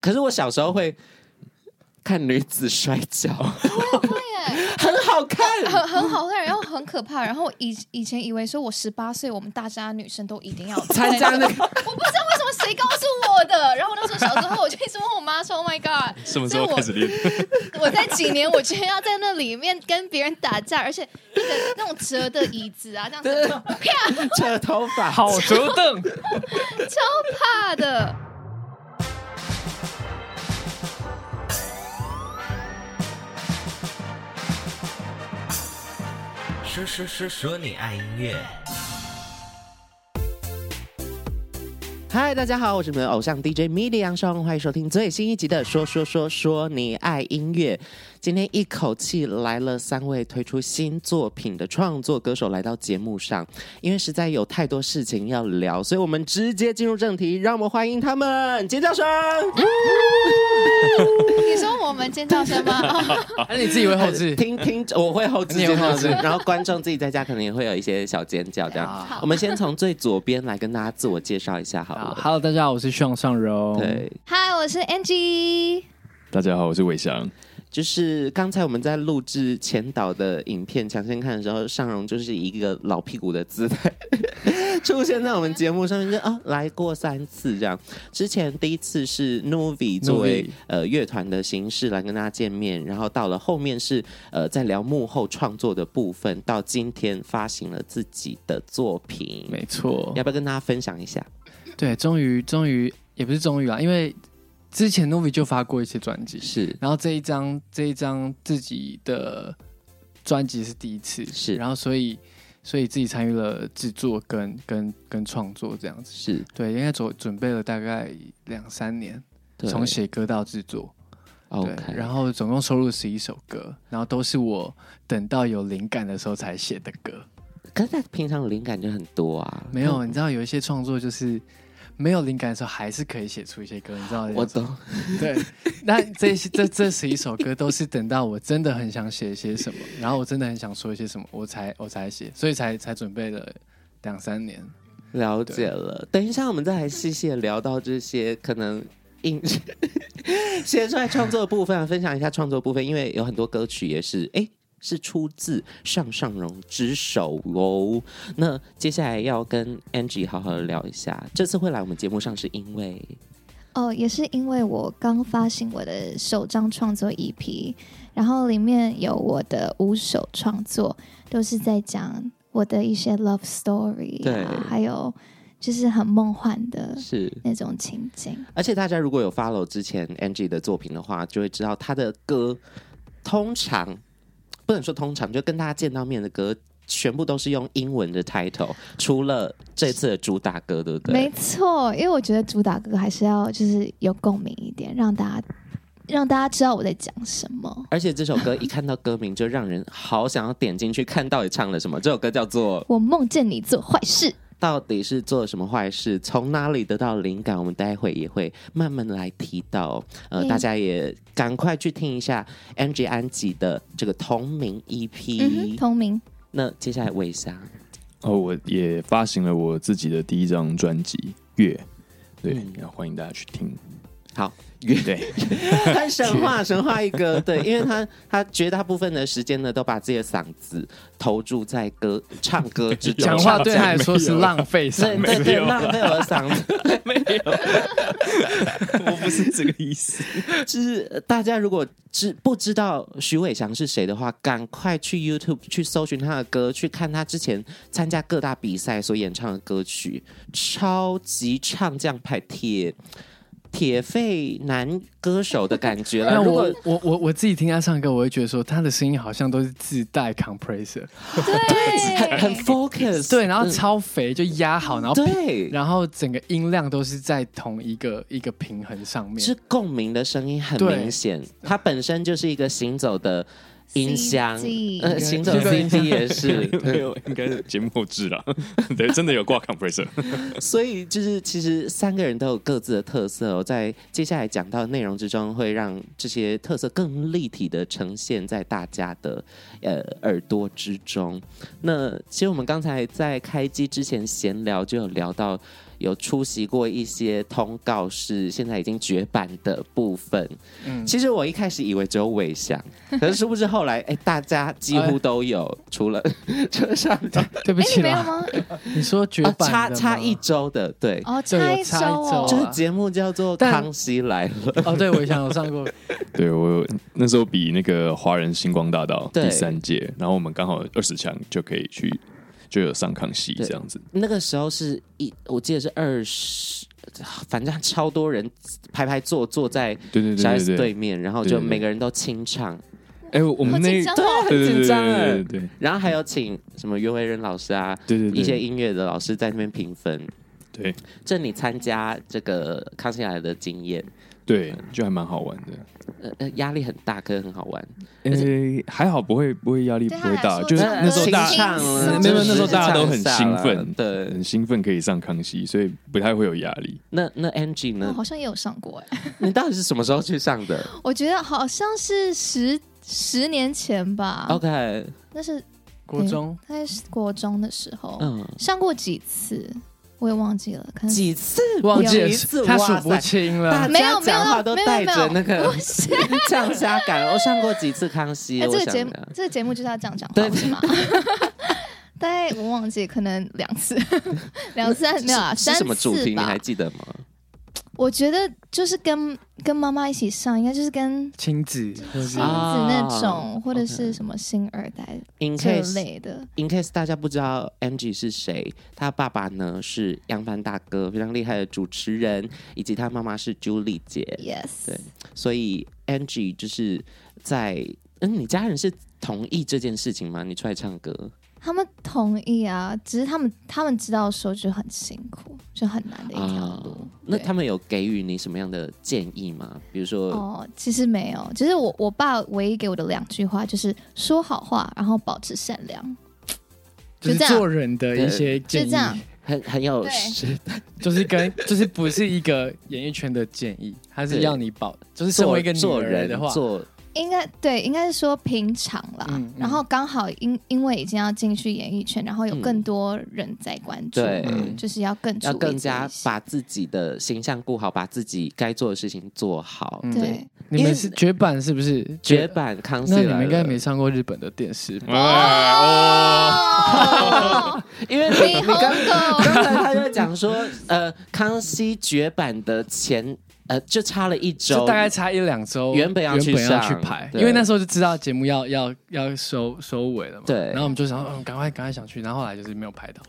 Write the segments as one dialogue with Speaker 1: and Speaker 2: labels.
Speaker 1: 可是我小时候会看女子摔跤，
Speaker 2: 对，
Speaker 1: 很好看。
Speaker 2: 很很好看，然后很可怕。然后我以以前以为说我十八岁，我们大家女生都一定要
Speaker 1: 参加那个
Speaker 2: 我不知道为什么谁告诉我的。然后那时候小时候我就一直问我妈说：“Oh my god！”
Speaker 3: 什么时候开始练？
Speaker 2: 我在几年，我觉得要在那里面跟别人打架，而且那个那种折的椅子啊，这样子
Speaker 1: 扯头发，
Speaker 4: 好折 凳，
Speaker 2: 超怕的。
Speaker 5: 说说说说你爱音乐，
Speaker 1: 嗨，大家好，我是你们的偶像 DJ MIDI 杨双，欢迎收听最新一集的《说说说说你爱音乐》。今天一口气来了三位推出新作品的创作歌手来到节目上，因为实在有太多事情要聊，所以我们直接进入正题，让我们欢迎他们，尖叫声！
Speaker 2: 你说我们尖叫声吗？ 哦
Speaker 4: 那啊你自己会后置？
Speaker 1: 听听，我会后置
Speaker 4: 你
Speaker 1: 尖
Speaker 4: 有后
Speaker 1: 叫
Speaker 4: 置
Speaker 1: 声，然后观众自己在家可能也会有一些小尖叫这 样。
Speaker 4: 啊
Speaker 2: 嗯
Speaker 1: 我们先从最左边来跟大家自我介绍一下好
Speaker 4: 好
Speaker 1: 了。
Speaker 4: 啊，Hello，大家好，我是向上荣。
Speaker 1: 对，
Speaker 2: 嗨，我是 Angie。
Speaker 3: 大家好，我是伟翔。
Speaker 1: 就是刚才我们在录制前导的影片抢先看的时候，尚荣就是以一个老屁股的姿 态出现在我们节目上面，就啊、来过三次这样。之前第一次是 Novi 作为
Speaker 4: Novi
Speaker 1: 呃乐团的形式来跟大家见面，然后到了后面是呃在聊幕后创作的部分，到今天发行了自己的作品，
Speaker 4: 没错
Speaker 1: 要，不要跟大家分享一下？
Speaker 4: 对，终于，终于，也不是终于啦，因为之前 Novi 就发过一些专辑，
Speaker 1: 是
Speaker 4: 然后这一张，这一张自己的专辑是第一次，
Speaker 1: 是
Speaker 4: 然后所以，所以自己参与了制作跟跟跟创作这样子，
Speaker 1: 是，
Speaker 4: 对，应该准准备了大概两三年，
Speaker 1: 对
Speaker 4: 从写歌到制作，对
Speaker 1: OK，，
Speaker 4: 然后总共收录十一首歌，然后都是我等到有灵感的时候才写的歌。
Speaker 1: 可是他平常灵感就很多啊，
Speaker 4: 没有，你知道有一些创作就是没有灵感的时候，还是可以写出一些歌，你知道？
Speaker 1: 我懂。
Speaker 4: 对，那这些这这十一首歌都是等到我真的很想写些什么，然后我真的很想说一些什么，我才我才写，所以才才准备了两三年。
Speaker 1: 了解了，等一下我们再来细细的聊到这些可能印 写出来创作的部分、啊，分享一下创作部分，因为有很多歌曲也是哎。诶是出自上上荣之手哦。那接下来要跟 Angie 好好的聊一下，这次会来我们节目上是因为
Speaker 2: 哦，也是因为我刚发行我的首张创作 EP，然后里面有我的五首创作，都是在讲我的一些 love story
Speaker 1: 对
Speaker 2: 啊，还有就是很梦幻的
Speaker 1: 是
Speaker 2: 那种情景。
Speaker 1: 而且大家如果有 follow 之前 Angie 的作品的话，就会知道她的歌通常不能说通常，就跟大家见到面的歌。全部都是用英文的 title，除了这次的主打歌，对不对？
Speaker 2: 没错，因为我觉得主打歌还是要就是有共鸣一点，让大家让大家知道我在讲什么。
Speaker 1: 而且这首歌一看到歌名就让人好想要点进去看到底唱了什么。这首歌叫做《
Speaker 2: 我梦见你做坏事，
Speaker 1: 到底是做了什么坏事》，从哪里得到灵感，我们待会也会慢慢来提到。呃，
Speaker 2: 嗯
Speaker 1: 大家也赶快去听一下 Angie 安吉的这个同名 E
Speaker 2: 嗯哼，
Speaker 1: EP。
Speaker 2: 同名
Speaker 1: 那接下来魏翔，
Speaker 3: 哦，我也发行了我自己的第一张专辑《月》，对，
Speaker 1: 嗯
Speaker 3: 然后欢迎大家去听。
Speaker 1: 好，
Speaker 3: 对，
Speaker 1: 很神话，神话一 哥，对，因为他他绝大部分的时间呢，都把自己的嗓子投注在歌唱歌之中，
Speaker 4: 讲话对他来说是浪费
Speaker 1: 对
Speaker 4: 上
Speaker 1: 对
Speaker 4: 面。
Speaker 1: 对，浪
Speaker 3: 啊
Speaker 1: 费我的嗓子。
Speaker 3: 我不是这个意思。
Speaker 1: 就是呃大家如果知不知道徐伟翔是谁的话，赶快去 YouTube 去搜寻他的歌，去看他之前参加各大比赛所演唱的歌曲，超级唱将派铁铁肺男歌手的感觉了。
Speaker 4: 那
Speaker 1: 如果
Speaker 4: 我我我我自己听他唱歌，我会觉得说他的声音好像都是自带 compressor，
Speaker 1: 很很
Speaker 2: 对，
Speaker 1: focus，
Speaker 4: 对，然后
Speaker 1: 嗯
Speaker 4: 超肥就压好，然后
Speaker 1: 对，
Speaker 4: 然后整个音量都是在同一个一个平衡上面。
Speaker 1: 是共鸣的声音很
Speaker 4: 对
Speaker 1: 明显，它本身就是一个行走的音箱
Speaker 2: CD，
Speaker 1: 呃，行走
Speaker 4: 对
Speaker 1: CD 也 是，
Speaker 3: 没 有，应该是节目后置啦。 对，真的有挂 compressor。
Speaker 1: 所以就是，其实三个人都有各自的特色哦，在接下来讲到的内容之中，会让这些特色更立体的呈现在大家的呃耳朵之中。那其实我们刚才在开机之前闲聊就有聊到，有出席过一些通告是现在已经绝版的部分。
Speaker 4: 嗯，
Speaker 1: 其实我一开始以为只有伟翔， 可是殊不知后来，哎、大家几乎都有，除了除了上台、
Speaker 4: 对不
Speaker 2: 哎，你
Speaker 4: 起
Speaker 2: 没有
Speaker 4: 啦，
Speaker 2: 吗？
Speaker 4: 你说绝
Speaker 1: 啊
Speaker 4: 版的吗
Speaker 1: 差差一周的，对，
Speaker 2: 哦，
Speaker 4: 对
Speaker 2: 差
Speaker 4: 有
Speaker 2: 一周
Speaker 4: 差一
Speaker 2: 哦
Speaker 4: 周
Speaker 1: 这
Speaker 4: 啊
Speaker 1: 个节目叫做《
Speaker 4: 但
Speaker 1: 康熙来了》，
Speaker 4: 哦，对，我以前有上过，
Speaker 3: 对我有那时候比那个华人星光大道
Speaker 1: 对
Speaker 3: 第三届，然后我们刚好二十强就可以去，就有上康熙
Speaker 1: 对
Speaker 3: 这样子。
Speaker 1: 那个时候是一，我记得是二十，反正超多人排排坐坐在
Speaker 3: 对对
Speaker 1: 小
Speaker 3: 对
Speaker 1: S
Speaker 3: 对
Speaker 1: 对
Speaker 3: 对。
Speaker 1: 面，然后
Speaker 3: 对
Speaker 1: 就
Speaker 3: 对对
Speaker 1: 每个人都清唱，
Speaker 3: 哎，我
Speaker 2: 好
Speaker 3: 们那
Speaker 2: 紧张哦。
Speaker 3: 对
Speaker 1: 很
Speaker 3: 对对
Speaker 1: 紧张哎
Speaker 3: 对对对
Speaker 1: 然后还有请什么袁惟仁老师啊，
Speaker 3: 对对对
Speaker 1: 一些音乐的老师在那边评分。
Speaker 3: 对
Speaker 1: 这你参加这个康熙来了的经验，
Speaker 3: 对，就还蛮好玩的。
Speaker 1: 呃呃，压力很大，可是很好玩。
Speaker 3: 哎，还好不会不会压力不
Speaker 2: 对他
Speaker 3: 会
Speaker 2: 来
Speaker 3: 大，
Speaker 2: 说
Speaker 3: 就是
Speaker 2: 真的
Speaker 3: 那时候
Speaker 2: 是
Speaker 3: 大
Speaker 2: 轻
Speaker 1: 唱
Speaker 2: 松
Speaker 3: 没有那时候大家都很兴奋
Speaker 1: 对，
Speaker 3: 很兴奋可以上康熙，所以不太会有压力。
Speaker 1: 那那 Angie
Speaker 2: 我
Speaker 1: 呢？
Speaker 2: 哦好像也有上过哎，
Speaker 1: 你到底是什么时候去上的
Speaker 2: 我觉得好像是十十年前吧，
Speaker 1: 啊？OK，
Speaker 2: 那是
Speaker 4: 国中
Speaker 2: 在国中的时候
Speaker 1: 嗯，
Speaker 2: 上过几次，我也忘记了，可能
Speaker 1: 几次
Speaker 4: 忘记了
Speaker 1: 有一次，
Speaker 4: 他数
Speaker 1: 哇
Speaker 4: 不
Speaker 1: 塞
Speaker 4: 清
Speaker 1: 大
Speaker 4: 了。
Speaker 2: 没
Speaker 1: 家
Speaker 2: 有没有
Speaker 1: 讲话都
Speaker 2: 没有
Speaker 1: 带
Speaker 2: 没
Speaker 1: 着
Speaker 2: 有
Speaker 1: 那个
Speaker 2: 不 是
Speaker 1: 酱虾感。我上过几次康熙，
Speaker 2: 哎，
Speaker 1: 我
Speaker 2: 这个
Speaker 1: 想
Speaker 2: 节目
Speaker 1: 的
Speaker 2: 这个节目就是要这样讲
Speaker 1: 对
Speaker 2: 话是吗？ 大概我忘记，可能两 次，两次没有啊，
Speaker 1: 是
Speaker 2: 三
Speaker 1: 什么主
Speaker 2: 次
Speaker 1: 题？你
Speaker 2: 吧
Speaker 1: 还。记得吗？
Speaker 2: 我觉得就是跟跟妈妈一起上，应该就是跟
Speaker 4: 亲子或
Speaker 2: 亲子
Speaker 4: 是
Speaker 1: 啊
Speaker 2: 那种，
Speaker 1: OK
Speaker 2: 或者是什么星二代
Speaker 1: In
Speaker 2: 这
Speaker 1: case
Speaker 2: 类的。
Speaker 1: In case 大家不知道 Angie 是谁，她爸爸呢是杨凡大哥，非常厉害的主持人，以及她妈妈是 Julie 姐，
Speaker 2: Yes，
Speaker 1: 对所以 Angie 就是在嗯，你家人是同意这件事情吗？你出来唱歌，
Speaker 2: 他们同意啊，只是他们他们知道说就很辛苦，就很难的一条路。
Speaker 1: 啊那
Speaker 2: 对
Speaker 1: 他们有给予你什么样的建议吗？比如说，
Speaker 2: 哦，其实没有，就是我我爸唯一给我的两句话就是说好话，然后保持善良，
Speaker 4: 就是
Speaker 2: 就这样
Speaker 4: 做人的一些
Speaker 2: 就
Speaker 4: 建
Speaker 2: 这
Speaker 4: 议，
Speaker 2: 样。
Speaker 1: 很很有
Speaker 2: 对
Speaker 1: 是
Speaker 4: 就是跟就是不是一个演艺圈的建议，他是
Speaker 1: 对
Speaker 4: 要你保，就是身
Speaker 1: 做
Speaker 4: 为一个女
Speaker 1: 做
Speaker 4: 儿
Speaker 1: 人
Speaker 4: 的话，
Speaker 1: 做
Speaker 2: 应该对，应该是说平常啦。
Speaker 4: 嗯嗯
Speaker 2: 然后刚好因因为已经要进去演艺圈，然后有
Speaker 1: 嗯
Speaker 2: 更多人在关注，
Speaker 1: 对
Speaker 4: 嗯
Speaker 2: 就是要更
Speaker 1: 要
Speaker 2: 注意
Speaker 1: 更
Speaker 2: 这
Speaker 1: 加
Speaker 2: 一些
Speaker 1: 把自己的形象顾好，把自己该做的事情做好。
Speaker 4: 嗯
Speaker 1: 对，
Speaker 2: 对。
Speaker 4: 你
Speaker 1: 因为
Speaker 4: 们是绝版是不是？
Speaker 1: 绝。版康熙
Speaker 4: 那
Speaker 1: 来
Speaker 4: 你
Speaker 1: 了，
Speaker 4: 们应该没上过日本的电视吧？
Speaker 3: 啊
Speaker 2: 哦，
Speaker 1: 因为
Speaker 2: 你
Speaker 1: 你
Speaker 2: 好
Speaker 1: 刚
Speaker 2: 狗，
Speaker 1: 刚才他就在讲说，呃，康熙绝版的前呃就差了一周，
Speaker 4: 就大概差一两周，
Speaker 1: 原本要
Speaker 4: 原本要
Speaker 1: 去
Speaker 4: 去
Speaker 1: 上
Speaker 4: 排，
Speaker 1: 对
Speaker 4: 因为那时候就知道节目要要要收收尾了嘛。
Speaker 1: 对
Speaker 4: 然后我们就想，嗯，赶快赶快想去，然后后来就是没有排到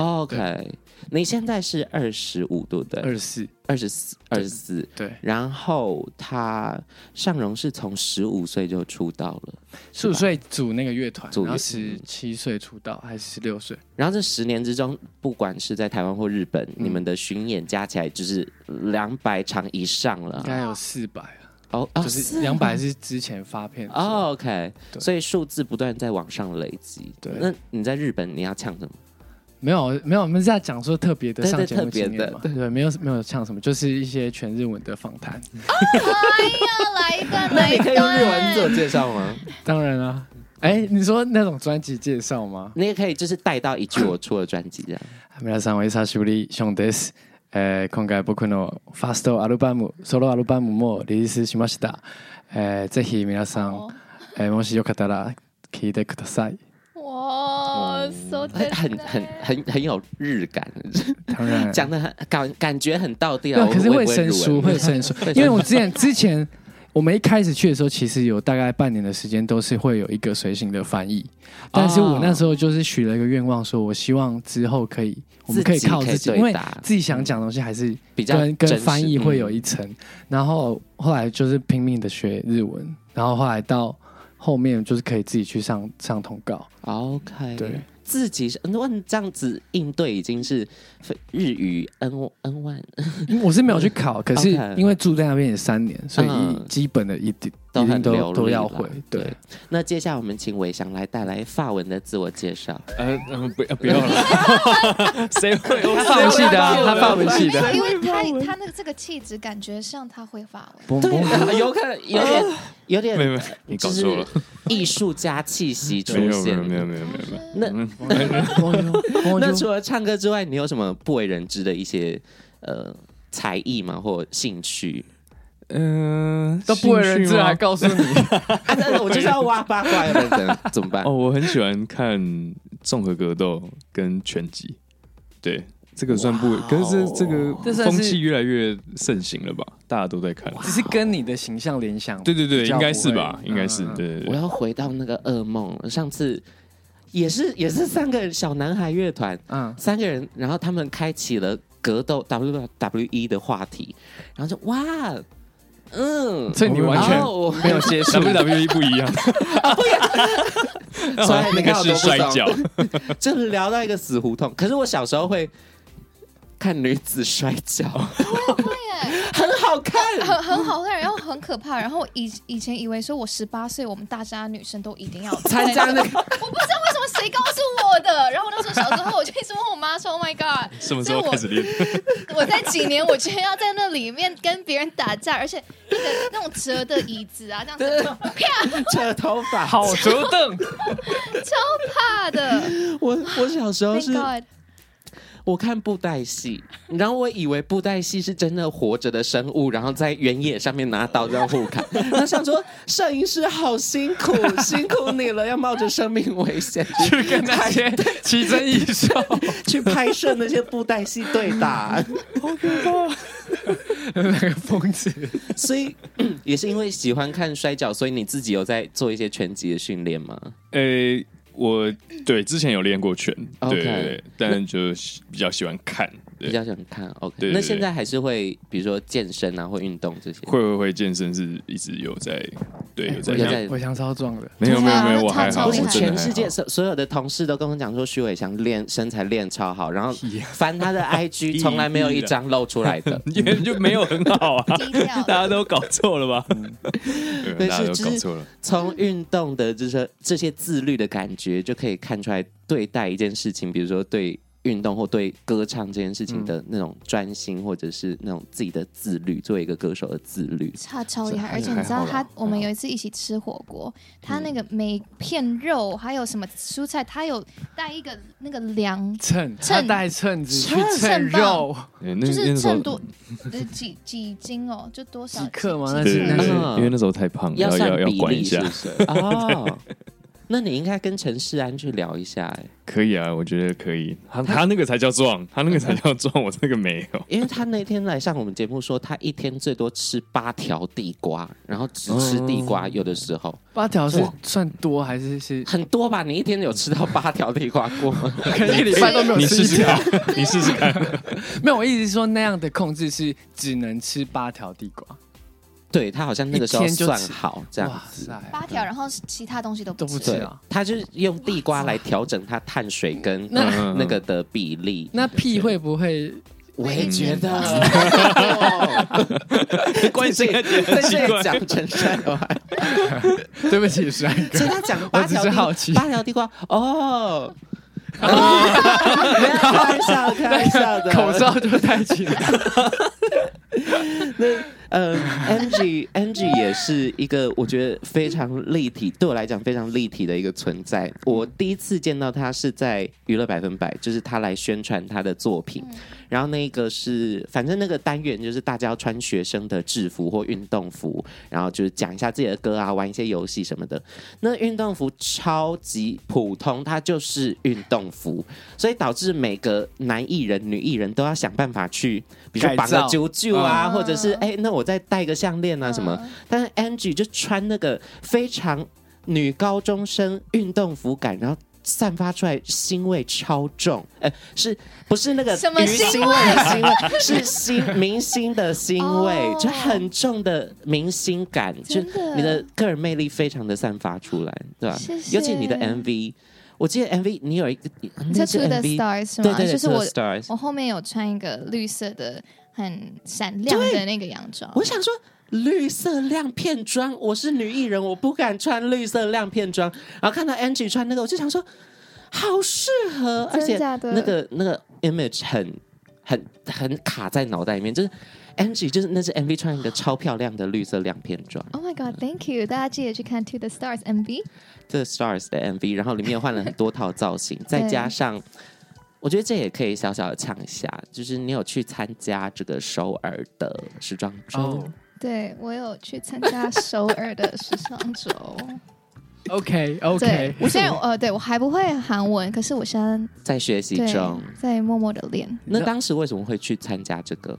Speaker 1: 哦 OK。你现在是二十五，对不
Speaker 4: 二
Speaker 1: 对？
Speaker 4: 十四，
Speaker 1: 二十四，二十四。
Speaker 4: 对，
Speaker 1: 然后他尚荣是从十五岁就出道了，
Speaker 4: 十五岁组那个乐团，
Speaker 1: 组
Speaker 4: 然后
Speaker 1: 乐嗯啊
Speaker 4: 十七岁出道还是十六岁？
Speaker 1: 然后这十年之中，不管是在台湾或日本，
Speaker 4: 嗯
Speaker 1: 你们的巡演加起来就是两百场以上了
Speaker 4: 应。该有四百啊，
Speaker 1: 哦，哦
Speaker 4: 就是两百是之前发片的时候
Speaker 1: 哦，OK，
Speaker 4: 对
Speaker 1: 所以数字不断在往上累积。
Speaker 4: 对
Speaker 1: 那你在日本你要唱什么？
Speaker 4: 没有没有，我们是在讲说特别的
Speaker 1: 对对
Speaker 4: 上节目
Speaker 1: 特别
Speaker 4: 经
Speaker 1: 的
Speaker 4: 验嘛，对，没有没有唱什么，就是一些全日文的访谈。
Speaker 2: 哎呀，来 一段，来
Speaker 1: 你
Speaker 2: 一
Speaker 1: 可以用日文自我
Speaker 2: 段，
Speaker 1: 介绍吗？
Speaker 4: 当然啊，哎，你说那种专辑介绍吗？
Speaker 1: 你也可以就是带到一句我出的专辑这样。
Speaker 4: 皆さんお久しぶり、ションです。えー今回僕のファーストアルバム、ソロアルバムもリリースしました。えーぜひ皆さん、えーもしよかったら聞いてくださ い。
Speaker 2: 哇，so
Speaker 1: 很很很很很有日感，
Speaker 4: 当然，
Speaker 1: 讲的很感感觉很到地
Speaker 4: 没
Speaker 1: 啊。
Speaker 4: 有可是
Speaker 1: 我
Speaker 4: 会
Speaker 1: 不
Speaker 4: 生
Speaker 1: 入
Speaker 4: 疏，
Speaker 1: 文
Speaker 4: 会生疏
Speaker 1: 会生，
Speaker 4: 因为我之前之前我们一开始去的时候，其实有大概半年的时间都是会有一个随行的翻译，但是我那时候就是许了一个愿望，说我希望之后可以，我们可以靠自
Speaker 1: 自己
Speaker 4: 己，
Speaker 1: 可以
Speaker 4: 因
Speaker 1: 对
Speaker 4: 为
Speaker 1: 答
Speaker 4: 自己想讲的东西还是
Speaker 1: 比较
Speaker 4: 跟
Speaker 1: 真
Speaker 4: 跟
Speaker 1: 实
Speaker 4: 翻译会
Speaker 1: 嗯
Speaker 4: 有一层，然后后来就是拼命的学日文，然后后来到后面就是可以自己去上上通告，
Speaker 1: OK，
Speaker 4: 对，
Speaker 1: 自己是那这样子应对已经是非日语 N N one
Speaker 4: 因为我是没有去考，可是
Speaker 1: 嗯 OK
Speaker 4: 因为住在那边也三年，所以
Speaker 1: 嗯
Speaker 4: 基本的一定
Speaker 1: 都
Speaker 4: 一
Speaker 1: 很
Speaker 4: 定
Speaker 1: 流
Speaker 4: 都
Speaker 1: 利
Speaker 4: 都要
Speaker 1: 啦
Speaker 4: 会。对，
Speaker 1: 那接下来我们请伟翔来带来法文的自我介绍。
Speaker 3: 呃，嗯不要不要了，谁会我
Speaker 4: 他法文系的啊，他法文系
Speaker 2: 没有，
Speaker 4: 的。
Speaker 2: 因为他他那个这个气质，感觉像他会法 文。
Speaker 4: 嘣嘣
Speaker 1: 啊有可能有点有点，
Speaker 3: 没有没有，你搞
Speaker 1: 就
Speaker 3: 错
Speaker 1: 是
Speaker 3: 了，
Speaker 1: 艺术家气息出
Speaker 3: 没有没
Speaker 1: 现
Speaker 3: 有。没有没有没有没有，
Speaker 1: 那
Speaker 4: 嘣
Speaker 1: 那
Speaker 4: 嘣，
Speaker 1: 除了唱歌之外，你有什么不为人知的一些呃才艺吗，或兴趣？
Speaker 3: 嗯，
Speaker 4: 都不为人知
Speaker 3: 兴趣吗
Speaker 4: 还告诉 你，
Speaker 1: 啊，但是我就是要挖八卦，要不然怎么 怎么办
Speaker 3: 哦，？我很喜欢看综合格斗跟拳击，对，这个算不
Speaker 1: 哇哦，
Speaker 3: 可是这个
Speaker 4: 这算是
Speaker 3: 风气越来越盛行了吧？大家都在看，
Speaker 4: 只是跟你的形象联想。
Speaker 3: 对对对，
Speaker 4: 比较
Speaker 3: 应该是
Speaker 4: 不会
Speaker 3: 吧？应该是
Speaker 4: 嗯嗯，嗯
Speaker 3: 对对
Speaker 1: 我
Speaker 3: 对。
Speaker 1: 要回到那个噩梦了，上次也是也是三个人小男孩乐团，
Speaker 4: 嗯，
Speaker 1: 三个人，然后他们开启了格斗 WWE 的话题，然后就哇，嗯，
Speaker 4: 所以你完全
Speaker 1: 然后我
Speaker 4: 没有 接触
Speaker 3: WWE E 不一样，
Speaker 1: 啊 所以
Speaker 3: 那
Speaker 1: 你看
Speaker 3: 个
Speaker 1: 我
Speaker 3: 是
Speaker 1: 多不
Speaker 3: 摔
Speaker 1: 爽
Speaker 3: 跤，
Speaker 1: 就聊到一个死胡同。可是我小时候会看女子摔跤，
Speaker 4: 哦
Speaker 2: 对，
Speaker 1: 很好看。
Speaker 2: 很很好看，然后很可怕。然后以以前以为说我十八岁，我们大家女生都一定要
Speaker 1: 参加那个，
Speaker 2: 我不知道为什么谁告诉我的。然后那时候小时候，我就一直问我妈说：“Oh my god！”
Speaker 3: 什么时候开始练？
Speaker 2: 我在几年，我居然要在那里面跟别人打架，而且那个那种折的椅子啊，这样子
Speaker 1: 扯头发。
Speaker 4: 好折凳，
Speaker 2: 怕的。
Speaker 1: 我我小时候
Speaker 2: Thank
Speaker 1: 是
Speaker 2: God！
Speaker 1: 我看布袋戏，然后我以为布袋戏是真的活着的生物，然后在原野上面拿刀这样互砍。 那想说，摄影师好辛 苦，辛苦你了，要冒着生命危险去
Speaker 4: 跟那 些奇珍异 兽，
Speaker 1: 去拍摄那些布袋戏对打。
Speaker 4: 那个疯子，
Speaker 1: 所以 也是因为喜欢看摔跤，所以你自己有在做一些拳击的训练吗？
Speaker 3: 呃，我对之前有练过拳，对
Speaker 1: OK
Speaker 3: 对对，但就是比较喜欢看，
Speaker 1: 比
Speaker 3: 对，
Speaker 1: 较想看 OK。
Speaker 3: 对对对
Speaker 1: 那现在还是会，比如说健身啊，或运动这些。
Speaker 3: 会会会健身是一直有在，对有在
Speaker 1: 哎有
Speaker 3: 练
Speaker 1: 在，
Speaker 4: 我想超壮的，
Speaker 3: 没有没有没有，
Speaker 2: 对啊
Speaker 3: 我还
Speaker 2: 超
Speaker 1: 不
Speaker 3: 好，我
Speaker 1: 是
Speaker 3: 真的
Speaker 1: 全
Speaker 3: 还
Speaker 1: 世界
Speaker 3: 好
Speaker 1: 所所有的同事都跟我讲说，徐伟翔练身材练超好， 然后翻他的 IG 从来没有一张露出来 的。
Speaker 3: 因为就没有很好啊，
Speaker 2: 低调
Speaker 3: 大家都搞错了吧？
Speaker 1: 嗯
Speaker 3: 对大家都搞错了。
Speaker 1: 从运动的这些这些自律的感觉，就可以看出来对待一件事情，比如说对运动或对歌唱这件事情的那种专心，或者是那种自己的自律，作为一个歌手的自律。
Speaker 2: 他超厉害，
Speaker 3: 还
Speaker 2: 而且你知道
Speaker 3: 还好
Speaker 2: 他
Speaker 3: 啦，
Speaker 2: 我们有一次一起吃火锅，他那个每片肉还有什么蔬菜，他有带一个那个量，
Speaker 4: 秤，他
Speaker 2: 秤
Speaker 4: 带秤子去
Speaker 2: 秤
Speaker 4: 称肉，
Speaker 3: 对那
Speaker 2: 就是
Speaker 3: 那时候
Speaker 2: 称多呃几几斤哦，就多少
Speaker 4: 几克吗
Speaker 2: 几
Speaker 4: 那
Speaker 3: 对
Speaker 4: 是
Speaker 3: 对
Speaker 4: 那
Speaker 3: 对
Speaker 4: 是
Speaker 1: 嗯
Speaker 3: 因为那时候太胖，
Speaker 1: 要
Speaker 3: 要
Speaker 1: 算
Speaker 3: 要要
Speaker 1: 比
Speaker 3: 管
Speaker 1: 例
Speaker 3: 一下
Speaker 1: 是，不是？ 哦， 那你应该跟陈世安去聊一下、哎
Speaker 3: 可以啊，我觉得可以。他他那个才叫壮，他那个才叫 壮，我这个没有。
Speaker 1: 因为他那天来上我们节目说，他一天最多吃八条地瓜，然后只吃地瓜，有的时候
Speaker 4: 八条是算多还 是是？
Speaker 1: 很多吧？你一天有吃到八条地瓜过 吗？
Speaker 4: 可能一个礼拜都没有
Speaker 3: 你
Speaker 4: 吃一
Speaker 3: 试试
Speaker 4: 条。
Speaker 3: 看， 你试试看。
Speaker 4: 没有，我一直说那样的控制是只能吃八条地瓜。
Speaker 1: 对他好像那个时候
Speaker 4: 一天就
Speaker 1: 算
Speaker 4: 吃
Speaker 1: 好这样
Speaker 4: 哇。塞，
Speaker 2: 八条，然后其他东西都不
Speaker 4: 都不
Speaker 2: 吃。
Speaker 4: 吃
Speaker 1: 对
Speaker 4: 啊，
Speaker 1: 他就是用地瓜来调整他碳水跟
Speaker 4: 那
Speaker 1: 嗯那个的比例。
Speaker 4: 那屁会不会？
Speaker 1: 我也觉 得，
Speaker 3: 关心
Speaker 1: 在
Speaker 3: 而且很奇
Speaker 1: 这里
Speaker 3: 怪
Speaker 1: 讲陈山 的话，
Speaker 4: 对不起，帅哥，
Speaker 1: 所以他讲的八条
Speaker 4: 我只
Speaker 1: 地
Speaker 4: 是好奇
Speaker 1: 八条地瓜哦。 哦，没有开玩笑，开玩 笑的。
Speaker 4: 口罩就戴起来。
Speaker 1: 呃，Angie Angie 也是一个我觉得非常立体，对我来讲非常立体的一个存在。我第一次见到她是在娱乐百分百，就是她来宣传她的作品，
Speaker 4: 嗯
Speaker 1: 然后那个是反正那个单元就是大家要穿学生的制服或运动服，然后就是讲一下自己的歌啊，玩一些游戏什么的。那运动服超级普通，它就是运动服，所以导致每个男艺人、女艺人都要想办法去，比如说
Speaker 4: 改
Speaker 1: 绑个
Speaker 4: 造
Speaker 1: 揪揪啊，
Speaker 2: 嗯
Speaker 1: 或者是哎、那我再戴个项链啊什么。但是 Angie 就穿那个非常女高中生运动服感，然后。散发出来腥味超重，呃，是不是那个
Speaker 2: 什么
Speaker 1: 鱼
Speaker 2: 腥
Speaker 1: 腥味的腥味？是腥 明星的腥味
Speaker 2: 哦
Speaker 1: 就很重的明星感，就
Speaker 2: 真的
Speaker 1: 你的个人魅力非常的散发出来，对吧？
Speaker 2: 谢谢
Speaker 1: 尤其你的 MV，我记得 MV 你有一个
Speaker 2: 你
Speaker 1: 那
Speaker 2: 在
Speaker 1: 支
Speaker 2: To the
Speaker 1: MV，
Speaker 2: Stars
Speaker 1: 对
Speaker 2: 吗？
Speaker 1: 对，
Speaker 2: 就是
Speaker 1: 对 To
Speaker 2: 我
Speaker 1: the Stars。
Speaker 2: 我后面有穿一个绿色的很闪亮的那个洋装，
Speaker 1: 我想说，绿色亮片装，我是女艺人，我不敢穿绿色亮片装。然后看到 Angie 穿那个，我就想说，好适合，而
Speaker 2: 真
Speaker 1: 且
Speaker 2: 假的
Speaker 1: 那个那个 image 很很很卡在脑袋里面，就是 Angie 就是那只 MV 穿一个超漂亮的绿色亮片装
Speaker 2: Oh my god, thank you！大家记得去看《To the Stars》MV。
Speaker 1: 这 Stars 的 MV，然后里面换了很多套造 型，再加上。我觉得这也可以小小的呛一下，就是你有去参加这个首尔的时装周
Speaker 2: 哦对我有去参加首尔的时尚周。
Speaker 4: OK
Speaker 2: 对
Speaker 4: OK，，
Speaker 2: 我虽然呃，对我还不会韩文，可是我现在
Speaker 1: 在学习
Speaker 2: 对
Speaker 1: 中，
Speaker 2: 在默默的练。
Speaker 1: 那当时为什么会去参加这个？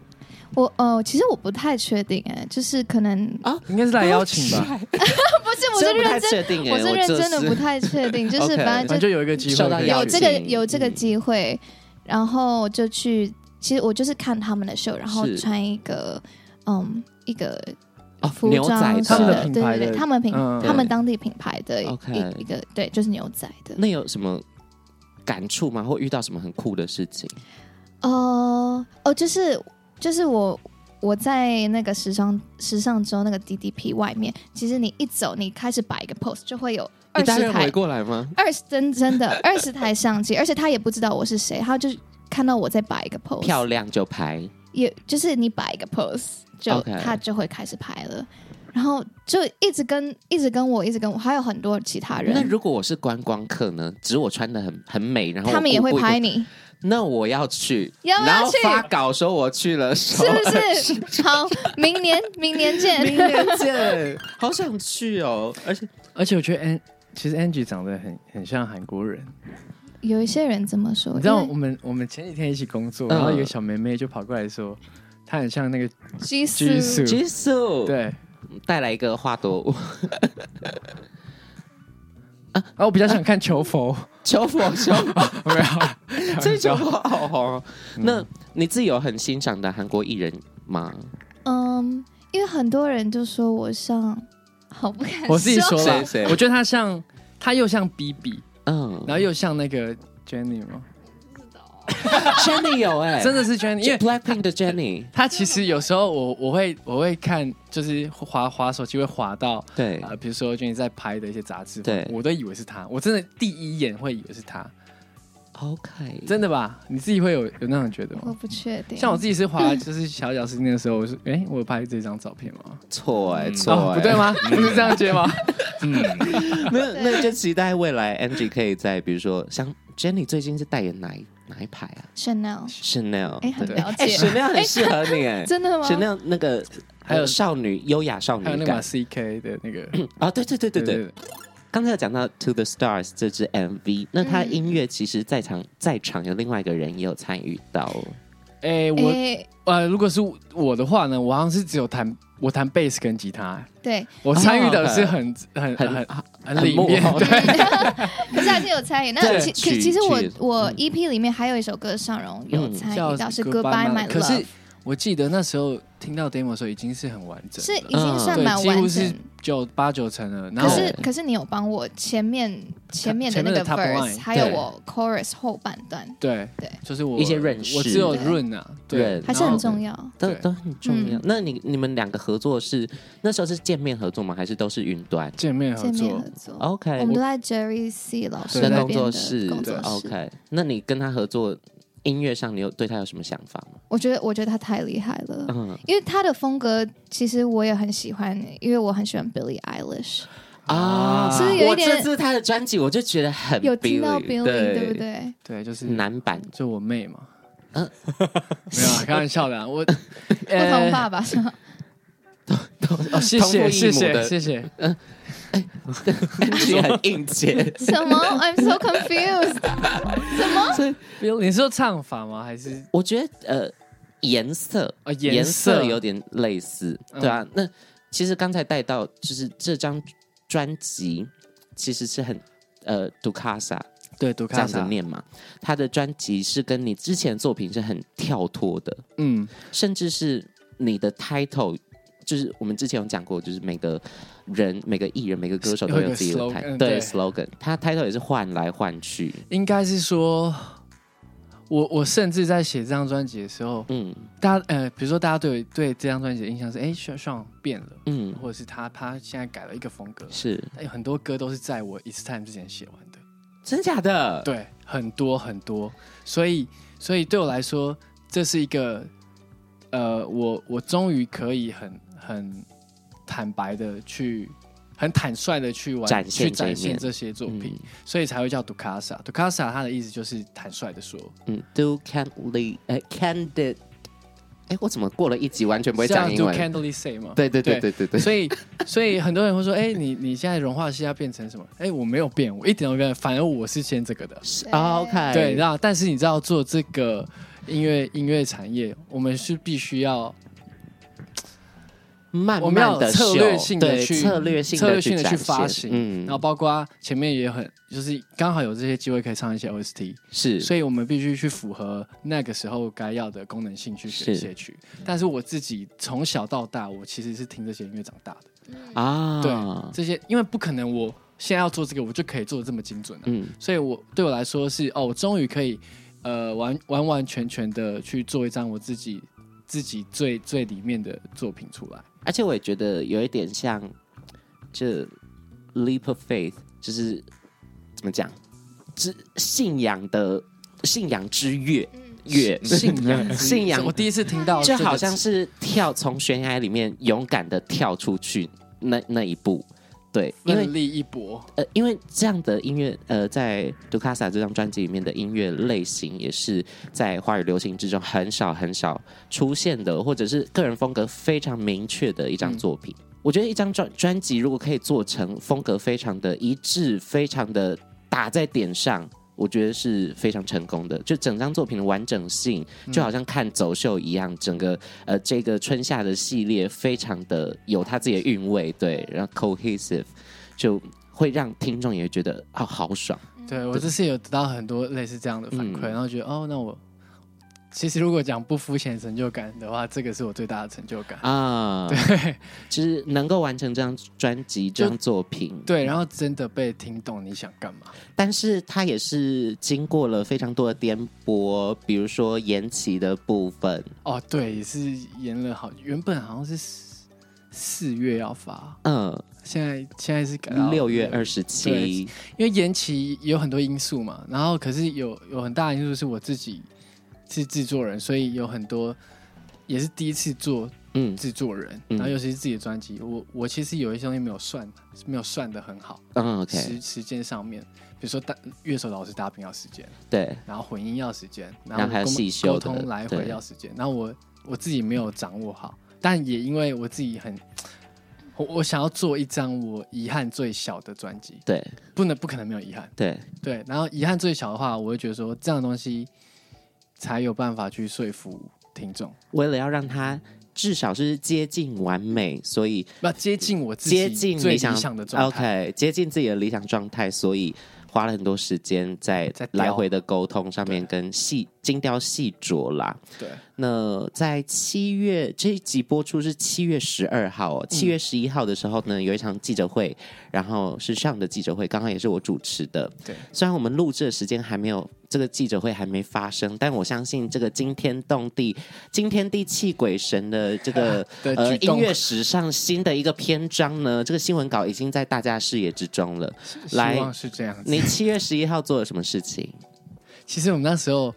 Speaker 2: 我呃，其实我不太确定哎、就是可能
Speaker 4: 应该是来邀请吧，
Speaker 2: 不是，我
Speaker 1: 真的
Speaker 2: 是
Speaker 1: 不太
Speaker 2: 认
Speaker 1: 确
Speaker 2: 真，
Speaker 1: 定哎、
Speaker 2: 我是认真的
Speaker 1: 就
Speaker 2: 不太确定，就是
Speaker 1: OK，
Speaker 2: 反
Speaker 4: 反
Speaker 2: 正
Speaker 4: 正
Speaker 2: 就
Speaker 4: 就有一个机会
Speaker 1: 受到
Speaker 4: 可以
Speaker 1: 邀
Speaker 2: 有
Speaker 1: 请
Speaker 2: 这个
Speaker 1: 嗯
Speaker 2: 有这个机会，然后就去。其实我就是看他们的秀，然后
Speaker 1: 是
Speaker 2: 穿一个嗯一个
Speaker 1: 哦，
Speaker 2: 服
Speaker 1: 牛
Speaker 2: 装
Speaker 1: 仔
Speaker 4: 他们的
Speaker 1: 的
Speaker 4: 品
Speaker 2: 对
Speaker 4: 牌
Speaker 2: 对对，
Speaker 4: 的
Speaker 2: 他们品
Speaker 4: 嗯
Speaker 2: 他们当地品牌的一
Speaker 1: OK
Speaker 2: 一个对，就是牛仔的。
Speaker 1: 那有什么感触吗？或遇到什么很酷的事情？
Speaker 2: 哦哦，就是就是我我在那个时尚时尚周那个 DDP 外面，其实你一走，你开始摆一个 pose，就会有
Speaker 1: 你
Speaker 2: 二
Speaker 1: 大
Speaker 2: 十
Speaker 1: 概
Speaker 2: 台
Speaker 1: 回过来吗？
Speaker 2: 二十真真的二十台相机，而且他也不知道我是谁，他就看到我在摆一个 pose，
Speaker 1: 漂亮就拍，
Speaker 2: 也就是你摆一个 pose，就
Speaker 1: OK
Speaker 2: 他就会开始拍了。然后就一直跟一直跟我，一直跟我，还有很多其他
Speaker 1: 那
Speaker 2: 人，
Speaker 1: 如果我是观光客呢？只我穿的很很美，然后
Speaker 2: 他们也会拍
Speaker 1: 你，
Speaker 2: 你，
Speaker 1: 那我要去，
Speaker 2: 要不
Speaker 1: 然
Speaker 2: 要
Speaker 1: 后
Speaker 2: 去？
Speaker 1: 发稿说我去了，是
Speaker 2: 是不是？好，明年明年见。
Speaker 1: 年见，好想去哦！而且
Speaker 4: 而且我觉得 An 其实 Angie 长得很很像韩国人，
Speaker 2: 有一些人这么说，
Speaker 4: 你知道我们我们前几天一起工作，
Speaker 1: 嗯
Speaker 4: 然后有个小妹妹就跑过来说，她很像那个 G
Speaker 2: G 四
Speaker 4: s
Speaker 1: 激素
Speaker 4: 对，
Speaker 1: 带来一个花朵
Speaker 4: 然后我比较想看求 佛，
Speaker 1: 求佛求佛，
Speaker 4: 没有，
Speaker 1: 这求佛好红哦。那你自己有很欣赏的韩国艺人吗？
Speaker 2: 嗯，因为很多人就说我像，好不敢
Speaker 4: 我自己说了
Speaker 1: 谁谁，
Speaker 4: 我觉得她像，她又像 B B，
Speaker 1: 嗯，
Speaker 4: 然后又像那个 Jenny 嘛，
Speaker 1: Jenny 有哎、
Speaker 4: 真的是 Jenny，因为
Speaker 1: Blackpink 的 Jenny
Speaker 4: 她其实有时候我我会我会看，就是滑滑手机会滑到。
Speaker 1: 对
Speaker 4: 啊，比如说 Jenny 在拍的一些杂志，
Speaker 1: 对
Speaker 4: 我都以为是她，我真的第一眼会以为是她，
Speaker 1: ，OK，
Speaker 4: 真的吧？你自己会有有那种觉得
Speaker 2: 我
Speaker 4: 吗？
Speaker 2: 不确
Speaker 1: 啊
Speaker 2: 定。
Speaker 4: 像我自己是滑，就是小小事情的时候，我是哎、我有拍这张照片吗？
Speaker 1: 错哎、错、
Speaker 4: 哦，
Speaker 1: 哎
Speaker 4: 不对？吗？ 不是这样接吗？
Speaker 1: 那 那就期待未来 Angie 可以在比如说像 Jenny 最近是代言哪一哪一牌啊
Speaker 2: Chanel，
Speaker 1: ？Chanel，
Speaker 2: 哎，很
Speaker 4: 对
Speaker 2: 了
Speaker 1: 哎、
Speaker 2: 解，
Speaker 1: Chanel 很适合你 哎、
Speaker 2: 真的吗？
Speaker 1: Chanel 那个
Speaker 4: 还有
Speaker 1: 呃少女优雅少
Speaker 4: 还有
Speaker 1: 女
Speaker 4: 那个嘛
Speaker 1: 感
Speaker 4: CK 的那个，
Speaker 1: 啊，对对对对对。，刚才有讲到《To the Stars》这支 MV，那它
Speaker 2: 嗯
Speaker 1: 音乐其实在
Speaker 4: 嗯
Speaker 1: 场在场有另外一个人也有参与到，
Speaker 4: 哎、我
Speaker 2: 哎，
Speaker 4: 呃，如果是我的话呢，我好像是只有弹我弹贝斯跟吉他，
Speaker 2: 对，
Speaker 4: 我参与的是很哦很
Speaker 1: 很
Speaker 4: 很很
Speaker 1: 很
Speaker 4: 里
Speaker 1: 幕
Speaker 4: 面
Speaker 1: 后
Speaker 2: 哦
Speaker 4: 对
Speaker 2: 可是还是有参与。那
Speaker 1: 对
Speaker 2: 其
Speaker 1: 曲
Speaker 2: 其其实我
Speaker 1: 曲
Speaker 2: 我
Speaker 1: 嗯
Speaker 2: EP 里面还有一首歌尚荣有
Speaker 1: 嗯
Speaker 2: 参
Speaker 4: 叫
Speaker 2: 与到是
Speaker 4: Goodbye
Speaker 2: Goodbye
Speaker 4: My
Speaker 2: My
Speaker 4: 可是
Speaker 2: Love，
Speaker 4: 我记得那时候听到 demo 的时候已经是很完整
Speaker 2: 是
Speaker 4: 了，
Speaker 2: 已经算
Speaker 4: 对
Speaker 2: 蛮
Speaker 4: 几乎
Speaker 2: 完
Speaker 4: 是
Speaker 2: 整。
Speaker 4: 九八九成了。然
Speaker 2: 可
Speaker 4: 后
Speaker 2: 是可是你有帮我前面前面的那
Speaker 4: 前面的
Speaker 2: 个
Speaker 4: top
Speaker 2: verse，
Speaker 4: line，
Speaker 2: 还有
Speaker 1: 对
Speaker 2: 我 chorus 后半段，
Speaker 4: 对
Speaker 2: 对
Speaker 4: 就是我
Speaker 1: 一些润饰
Speaker 4: 我只有润啊，对
Speaker 1: 润，
Speaker 2: 还是很
Speaker 4: 然后
Speaker 2: 重要。
Speaker 1: 都
Speaker 4: 对
Speaker 1: 都很重要。
Speaker 2: 嗯
Speaker 1: 那你你们两个合作是那时候是见面合作吗？还是都是云端
Speaker 4: 见面合
Speaker 2: 见面
Speaker 4: 作
Speaker 2: 合。作
Speaker 1: ？OK，
Speaker 2: 我们都在 Jerry C 老师
Speaker 1: 的
Speaker 4: 对
Speaker 2: 那
Speaker 1: 哦工
Speaker 2: 边
Speaker 1: 作
Speaker 2: 的
Speaker 1: 室
Speaker 2: 工作
Speaker 1: 对
Speaker 2: 室。
Speaker 1: OK，那你跟他合作音乐上，你有对他有什么想法吗？
Speaker 2: 我觉得，我觉得他太厉害了，
Speaker 1: 嗯
Speaker 2: 因为他的风格其实我也很喜欢，因为我很喜欢 Billie Eilish，
Speaker 1: 啊，
Speaker 2: 是不是有一点
Speaker 1: 我这次他的专辑我就觉得很
Speaker 2: 有听到
Speaker 1: Billie，
Speaker 2: Billie 对不？对？
Speaker 4: 对，就是
Speaker 1: 男版
Speaker 4: 就我妹嘛。 没
Speaker 1: 嗯
Speaker 4: 有啊，开玩笑的啊，我
Speaker 2: 不
Speaker 4: 呃
Speaker 2: 同爸爸是吗？
Speaker 4: 哦，谢
Speaker 1: 同父
Speaker 4: 谢
Speaker 1: 异
Speaker 4: 谢
Speaker 1: 母的
Speaker 4: 谢谢谢，
Speaker 1: Angie 很硬结，
Speaker 2: 什么？I'm so confused。
Speaker 4: 比如你是说唱法吗？还是
Speaker 1: 我觉得呃颜色
Speaker 4: 啊
Speaker 1: 颜
Speaker 4: 色
Speaker 1: 色有点类似，
Speaker 4: 嗯
Speaker 1: 对啊。那其实刚才带到，就是这张专辑其实是很呃杜卡萨
Speaker 4: 对读
Speaker 1: 这
Speaker 4: 卡
Speaker 1: 样子
Speaker 4: 萨？
Speaker 1: 念嘛，他的专辑是跟你之前的作品是很跳脱的，
Speaker 4: 嗯，
Speaker 1: 甚至是你的 title。就是我们之前有讲过，就是每个人、每个艺人、每个歌手都
Speaker 4: 有一个
Speaker 1: 有自己的
Speaker 4: slogan，
Speaker 1: title，
Speaker 4: 对
Speaker 1: 对 slogan，他 title 也是换来换去，
Speaker 4: 应该是说，我我甚至在写这张专辑的时候，
Speaker 1: 嗯
Speaker 4: 大家呃，比如说大家对对这张专辑的印象是，哎、s h a n 变了，
Speaker 1: 嗯，
Speaker 4: 或者是他他现在改了一个风格，
Speaker 1: 是
Speaker 4: 哎，很多歌都是在我 It's Time 之前写完的，
Speaker 1: 真假的？，
Speaker 4: 对，很多很多，所以所以对我来说，这是一个呃，我我终于可以很很坦白的去。很坦率的去玩，
Speaker 1: 展现
Speaker 4: 去展
Speaker 1: 这一
Speaker 4: 现
Speaker 1: 面
Speaker 4: 这些作品，
Speaker 1: 嗯
Speaker 4: 所以才会叫 Ducasa。Ducasa 它的意思就是坦率的说，
Speaker 1: 嗯，Do candidly，呃，candid，哎，我怎么过了一集完全不会
Speaker 4: 这样
Speaker 1: 讲
Speaker 4: Do
Speaker 1: 英文？
Speaker 4: Candidly Say 嘛？
Speaker 1: 对对对对对对，
Speaker 4: 啊 所以，所以很多人会说：“哎、你你现在融化系要变成什么？”哎、我没有变，我一点都没变，反而我是先这个的。
Speaker 1: 是啊，OK，
Speaker 4: 对，然后但是你知道做这个音乐音乐产业，我们是必须要
Speaker 1: 慢
Speaker 4: 我们
Speaker 1: 慢
Speaker 4: 要
Speaker 1: 的
Speaker 4: 策略性的去
Speaker 1: 策略性
Speaker 4: 策略性
Speaker 1: 去
Speaker 4: 的
Speaker 1: 展
Speaker 4: 去发
Speaker 1: 现
Speaker 4: 行，
Speaker 1: 嗯，
Speaker 4: 然后包括前面也很就是刚好有这些机会可以唱一些 OST，
Speaker 1: 是，
Speaker 4: 所以我们必须去符合那个时候该要的功能性去
Speaker 1: 是
Speaker 4: 选写曲。但是我自己从小到大，我其实是听这些音乐长大的。
Speaker 1: 啊，
Speaker 4: 对，这些因为不可能我现在要做这个，我就可以做的这么精准、啊。
Speaker 1: 嗯，
Speaker 4: 所以我对我来说是哦，我终于可以呃完完完全全的去做一张我自己自己最最里面的作品出来。
Speaker 1: 而且我也觉得有一点像，这 leap of faith，就是怎么讲，之信仰的信仰之跃跃
Speaker 4: 信仰，
Speaker 1: 信仰
Speaker 4: 我第一次听到
Speaker 1: 就
Speaker 4: 这个词，
Speaker 1: 好像是跳从悬崖里面勇敢的跳出去那那一步，对，因为
Speaker 4: 奋力一搏。
Speaker 1: 呃，因为这样的音乐，呃，在卢卡萨这张专辑里面的音乐类型，也是在华语流行之中很少很少出现的，或者是个人风格非常明确的一张作品。我觉得一张专专辑如果可以做成风格非常的一致，非常的打在点上。我觉得是非常成功的，就整张作品的完整性，就好像看走秀一样，整个呃这个春夏的系列非常的有它自己的韵味，对，然后 cohesive，就会让听众也觉得啊、好 爽，
Speaker 4: 对我这次有得到很多类似这样的反馈，
Speaker 1: 嗯
Speaker 4: 然后觉得哦，那我其实如果讲不肤浅的成就感的话，这个是我最大的成就感。
Speaker 1: 啊！对，就是能够完成这张专辑、这张作品，
Speaker 4: 对，然后真的被听懂你想干嘛。
Speaker 1: 但是它也是经过了非常多的颠簸，比如说延期的部分，
Speaker 4: 哦，对，也是延了好，原本好像是四四月要发，
Speaker 1: 嗯，哦
Speaker 4: 现在现在是改到
Speaker 1: 六月二，十七，
Speaker 4: 因为延期有很多因素嘛，然后可是有有很大的因素是我自己是制作人，所以有很多也是第一次做
Speaker 1: 嗯
Speaker 4: 制作人，
Speaker 1: 嗯
Speaker 4: 然后尤其是自己的专辑，我我其实有一些东西没有算，没有算的很好，
Speaker 1: 嗯，OK，
Speaker 4: 时时间上面，比如说大乐手老师搭配要时间，
Speaker 1: 对，
Speaker 4: 然后混音要时间，
Speaker 1: 然后还有
Speaker 4: 沟
Speaker 1: 细修的
Speaker 4: 沟通来回
Speaker 1: 对
Speaker 4: 要时间，然后我我自己没有掌握好，但也因为我自己很，我我想要做一张我遗憾最小的专辑，
Speaker 1: 对，
Speaker 4: 不能不可能没有遗憾，
Speaker 1: 对，
Speaker 4: 对，然后遗憾最小的话，我会觉得说这样的东西才有办法去说服听众，
Speaker 1: 为了要让它至少是接近完美，所以
Speaker 4: 不接近我自己
Speaker 1: 接近
Speaker 4: 最
Speaker 1: 理
Speaker 4: 理
Speaker 1: 想
Speaker 4: 想的状态。
Speaker 1: OK，接近自己的理想状态，所以花了很多时间在
Speaker 4: 在雕
Speaker 1: 来回的沟通上面，跟细精雕细琢啦。
Speaker 4: 对，
Speaker 1: 那在七月这一集播出是七月十二号、
Speaker 4: 嗯
Speaker 1: 哦，七月十一号的时候呢，有一场记者会，然后是上的记者会，刚刚也是我主持的。
Speaker 4: 对，
Speaker 1: 虽然我们录制的时间还没有这个记者会还没发生，但我相信这个惊天动地、惊天地泣鬼神的这 个
Speaker 4: 的
Speaker 1: 呃
Speaker 4: 举
Speaker 1: 音
Speaker 4: 动
Speaker 1: 乐史上新的一个篇章呢，这个新闻稿已经在大家视野之中了。
Speaker 4: 希
Speaker 1: 来
Speaker 4: 望是这样子。
Speaker 1: 你七月十一号做了什么事情？
Speaker 4: 其实我们那时候，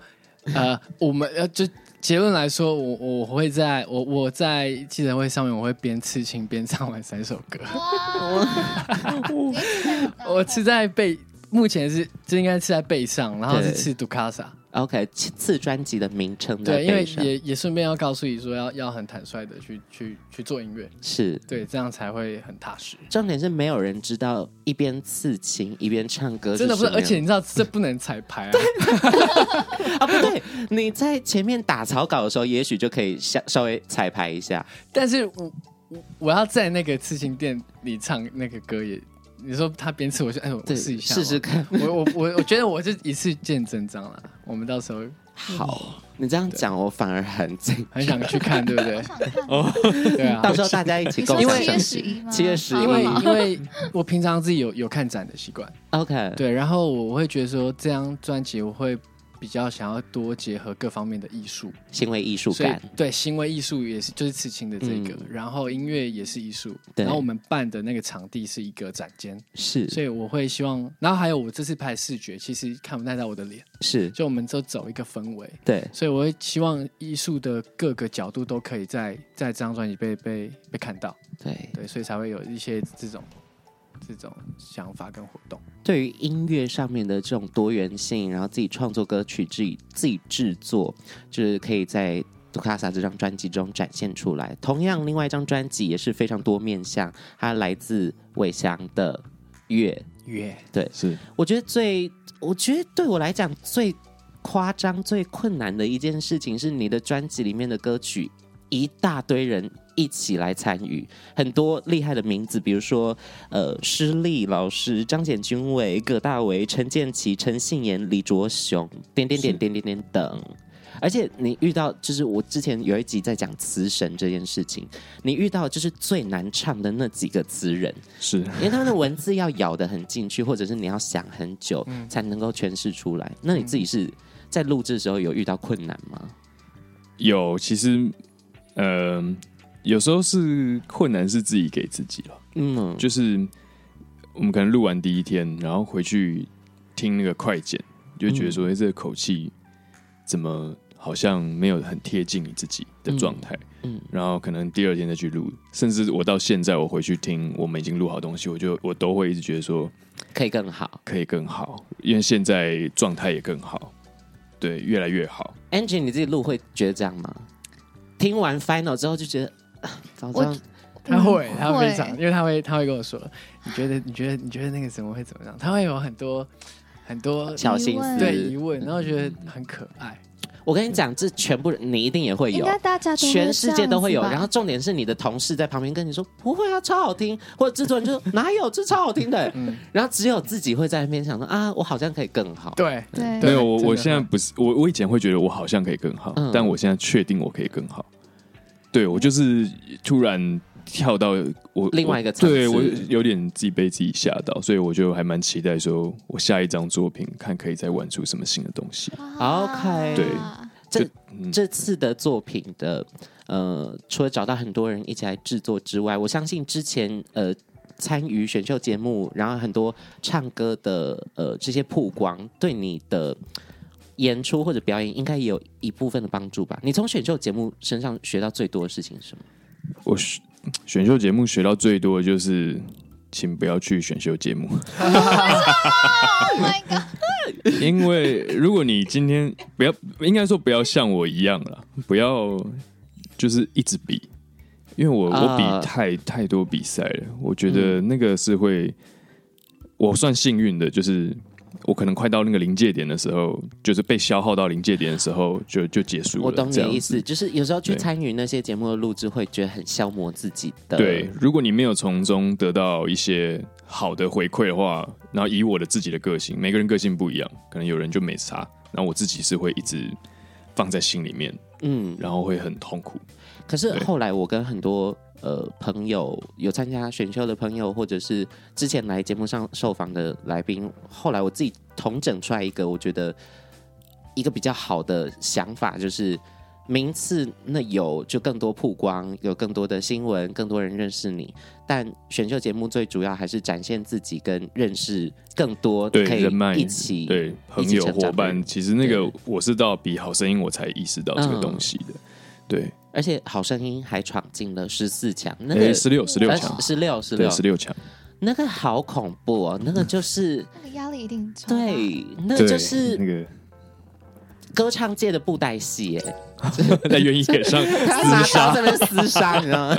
Speaker 4: 呃，我们呃，就结论来说，我我会在我我在记者会上面，我会边刺青边唱完三首歌。我刺在背，目前是这应该刺在背上，然后是
Speaker 1: 对
Speaker 4: 刺杜卡萨。
Speaker 1: OK，次次专辑的名称在
Speaker 4: 对，因为
Speaker 1: 背上
Speaker 4: 也也顺便要告诉你说要要很坦率的去去去做音乐，
Speaker 1: 是
Speaker 4: 对，这样才会很踏实。
Speaker 1: 重点是没有人知道一边刺青一边唱歌
Speaker 4: 真的不是，
Speaker 1: 什么
Speaker 4: 而
Speaker 1: 样
Speaker 4: 且你知道这不能彩排 啊，
Speaker 1: 啊，不对，你在前面打草稿的时候，也许就可以稍稍微彩排一下。
Speaker 4: 但是我我我要在那个刺青店里唱那个歌也，你说他边刺我就哎，我
Speaker 1: 对，
Speaker 4: 试一下，
Speaker 1: 试试。看。
Speaker 4: 我我我我觉得我就一次见真章了，我们到时候
Speaker 1: 好，你这样讲，我反而很紧
Speaker 4: 很想去看，嗯对不对
Speaker 2: 我？想看，
Speaker 4: 对啊
Speaker 1: 到，时候大家一起
Speaker 2: 你
Speaker 1: 共
Speaker 2: 说
Speaker 1: 享盛
Speaker 2: 七月十
Speaker 1: 举。
Speaker 2: 一吗？
Speaker 1: 7月11
Speaker 4: 因为
Speaker 1: 好好
Speaker 4: 因为我平常自己有有看展的习惯，
Speaker 1: OK，
Speaker 4: 对，然后我会觉得说这张专辑我会比较想要多结合各方面的艺术，
Speaker 1: 行为艺术
Speaker 4: 所以
Speaker 1: 感，
Speaker 4: 对行为艺术也是就是刺青的这个，
Speaker 1: 嗯
Speaker 4: 然后音乐也是艺术，
Speaker 1: 对
Speaker 4: 然后我们办的那个场地是一个展间，
Speaker 1: 是
Speaker 4: 所以我会希望，然后还有我这次拍的视觉，其实看不太到我的脸，
Speaker 1: 是，
Speaker 4: 所以我们就走一个氛围，
Speaker 1: 对，
Speaker 4: 所以我会希望艺术的各个角度都可以在在这张专辑被被被看到，
Speaker 1: 对，
Speaker 4: 对，所以才会有一些这种这种想法跟活动。
Speaker 1: 对于音乐上面的这种多元性，然后自己创作歌曲，自己自己制作，就是可以在。杜卡萨这张专辑中展现出来。同样，另外一张专辑也是非常多面向，它来自伟翔的乐。
Speaker 4: 耶、
Speaker 3: 是
Speaker 1: 我觉得最，我觉得对我来讲最夸张、最困难的一件事情是，你的专辑里面的歌曲一大堆人一起来参与，很多厉害的名字，比如说呃施丽老师、张简君伟、葛大为、陈建奇、陈信妍、李卓雄，点点点
Speaker 3: 是
Speaker 1: 点点点等。而且你遇到就是我之前有一集在讲词神这件事情，你遇到就是最难唱的那几个词人，
Speaker 3: 是，
Speaker 1: 因为他们的文字要咬得很进去，或者是你要想很久才能够诠释出来。那你自己是在录制的时候有遇到困难吗？
Speaker 3: 有，其实，呃，有时候是困难是自己给自己了，
Speaker 1: 嗯，
Speaker 3: 就是我们可能录完第一天，然后回去听那个快剪，就觉得说，哎、这个口气怎么好像没有很贴近你自己的状态，
Speaker 1: 嗯
Speaker 3: 嗯，然后可能第二天再去录，甚至我到现在我回去听我们已经录好东西，我就我都会一直觉得说
Speaker 1: 可以更好。
Speaker 3: 可以更好，因为现在状态也更好，对，越来越好。
Speaker 1: Angie，你自己录会觉得这样吗？听完 final 之后就觉得，啊早
Speaker 2: 我
Speaker 1: 上
Speaker 4: 他会
Speaker 2: 嗯，
Speaker 4: 他会
Speaker 2: 会
Speaker 4: 非常，因为他会，他会跟我说，你觉得，你觉得，你觉得那个怎么会怎么样？他会有很多很多
Speaker 1: 小心思。
Speaker 2: 疑问
Speaker 4: 对疑问，然后觉得很可爱。
Speaker 1: 我跟你讲，这全部人你一定也会
Speaker 2: 应
Speaker 1: 有。
Speaker 2: 该大家都会
Speaker 1: 全世界都会有，
Speaker 2: 这样子吧
Speaker 1: 然后重点是你的同事在旁边跟你说不会啊，超好 听，或者制作人就说哪有这超好听的，然后只有自己会在那边想说啊，我好像可以更好。
Speaker 4: 对，
Speaker 1: 嗯
Speaker 2: 对
Speaker 3: 没有，我
Speaker 4: 真的
Speaker 3: 我现在不是我，我以前会觉得我好像可以更好，
Speaker 1: 嗯
Speaker 3: 但我现在确定我可以更好。对我就是突然跳到我
Speaker 1: 另外一个
Speaker 3: 我
Speaker 1: 层次
Speaker 3: 对我有点自己被自己吓到，所以我就还蛮期待说，我下一张作品看可以再玩出什么新的东西。
Speaker 2: 啊
Speaker 1: OK
Speaker 3: 对
Speaker 1: 这
Speaker 3: 就嗯
Speaker 1: 这次的作品的呃，除了找到很多人一起来制作之外，我相信之前呃参与选秀节目，然后很多唱歌的呃这些曝光，对你的演出或者表演应该也有一部分的帮助吧？你从选秀节目身上学到最多的事情是什么？
Speaker 3: 我选选秀节目学到最多的就是，请不要去选秀节目。
Speaker 2: ，Oh my god，
Speaker 3: 因为如果你今天不要，应该说不要像我一样了，不要就是一直比，因为我、
Speaker 1: 啊嗯
Speaker 3: 我比太太多比赛了，我觉得那个是会，我算幸运的，就是我可能快到那个临界点的时候，就是被消耗到临界点的时候就就结束了，
Speaker 1: 我懂你
Speaker 3: 这
Speaker 1: 的
Speaker 3: 样
Speaker 1: 意
Speaker 3: 子
Speaker 1: 思，。就是有时候去
Speaker 3: 对
Speaker 1: 参与那些节目的录制，会觉得很消磨自己的。
Speaker 3: 对，如果你没有从中得到一些好的回馈的话，然后以我的自己的个性，每个人个性不一样，可能有人就没差，然后我自己是会一直放在心里面，
Speaker 1: 嗯，
Speaker 3: 然后会很痛苦。
Speaker 1: 可是
Speaker 3: 对
Speaker 1: 后来我跟很多呃朋友，有参加选秀的朋友，或者是之前来节目上受访的来宾，后来我自己统整出来一个，我觉得一个比较好的想法就是。名次那有就更多曝光，有更多的新闻，更多人认识你。但选秀节目最主要还是展现自己跟认识更多，
Speaker 3: 对
Speaker 1: 可以
Speaker 3: 人脉，
Speaker 1: 一起
Speaker 3: 对
Speaker 1: 一
Speaker 3: 朋
Speaker 1: 起
Speaker 3: 友
Speaker 1: 成长
Speaker 3: 伙伴，其实那个
Speaker 1: 对嗯
Speaker 3: 我是到比好声音我才意识到这个东西的。对，
Speaker 1: 而且好声音还闯进了十四强，那个呃
Speaker 3: 哎，十六十六强，
Speaker 1: 十六十
Speaker 3: 对，
Speaker 1: 六
Speaker 3: 十六强，
Speaker 1: 那个好恐怖哦，那个就是
Speaker 2: 那个压力一定超大，
Speaker 1: 对，那个
Speaker 3: 对，
Speaker 1: 就
Speaker 3: 那
Speaker 1: 是
Speaker 3: 个
Speaker 1: 歌唱界的布袋戏耶，
Speaker 3: 在原因 演上
Speaker 1: 他
Speaker 3: 厮
Speaker 1: 拿刀
Speaker 3: 杀
Speaker 1: 在，那边厮杀，你知道吗？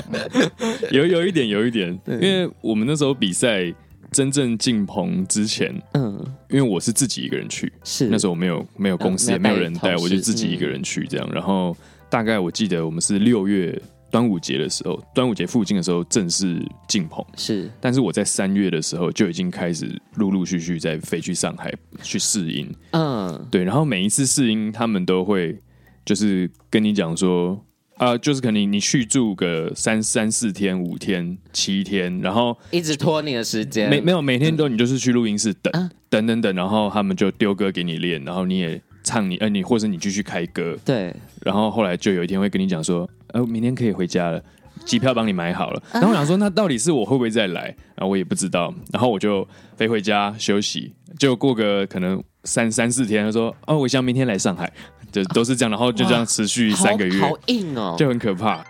Speaker 3: 有有一点，有一点，因为我们那时候比赛真正进棚之前，
Speaker 1: 嗯，
Speaker 3: 因为我是自己一个人去，
Speaker 1: 是
Speaker 3: 那时候我没有没有公司，
Speaker 1: 呃
Speaker 3: 也
Speaker 1: 没
Speaker 3: 没
Speaker 1: 有带
Speaker 3: 有人带，
Speaker 1: 同事嗯
Speaker 3: 我就自己一个人去这样。然后大概我记得我们是六月端午节的时候，端午节附近的时候正式进棚，
Speaker 1: 是
Speaker 3: 但是我在三月的时候就已经开始陆陆续续在飞去上海去试音。
Speaker 1: 嗯，
Speaker 3: 对，然后每一次试音，他们都会就是跟你讲说，啊、就是可能你去住个三三四天、五天、七天，然后
Speaker 1: 一直拖你的时间，嗯
Speaker 3: 每没有每天都你就是去录音室等、
Speaker 1: 啊
Speaker 3: 等等等，然后他们就丢歌给你练，然后你也唱你，呃，你或者是你继续开歌，
Speaker 1: 对，
Speaker 3: 然后后来就有一天会跟你讲说，呃，明天可以回家了，机票帮你买好了。
Speaker 1: 啊
Speaker 3: 然后我想说，那到底是我会不会再来？然后我也不知道。然后我就飞回家休息，就过个可能三三四天，他说，哦，我想明天来上海，就都是这样，然后就这样持续三个月，
Speaker 1: 啊好好硬哦，
Speaker 3: 就很可怕。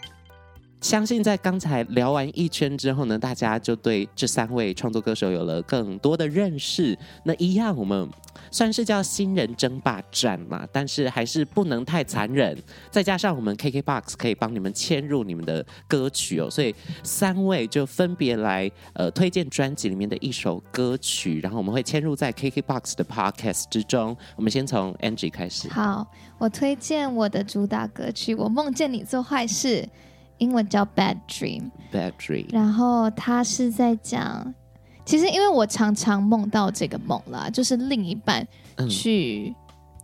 Speaker 1: 相信在刚才聊完一圈之后呢，大家就对这三位创作歌手有了更多的认识。那一样，我们算是叫新人争霸战嘛，但是还是不能太残忍。再加上我们 KKBOX 可以帮你们嵌入你们的歌曲哦，所以三位就分别来呃推荐专辑里面的一首歌曲，然后我们会嵌入在 KKBOX 的 Podcast 之中。我们先从 Angie 开始。
Speaker 2: 好，我推荐我的主打歌曲《我梦见你做坏事》，英文叫《Bad Dream》。
Speaker 1: Bad Dream，
Speaker 2: 然后他是在讲，其实因为我常常梦到这个梦啦，就是另一半
Speaker 1: 嗯，
Speaker 2: 去，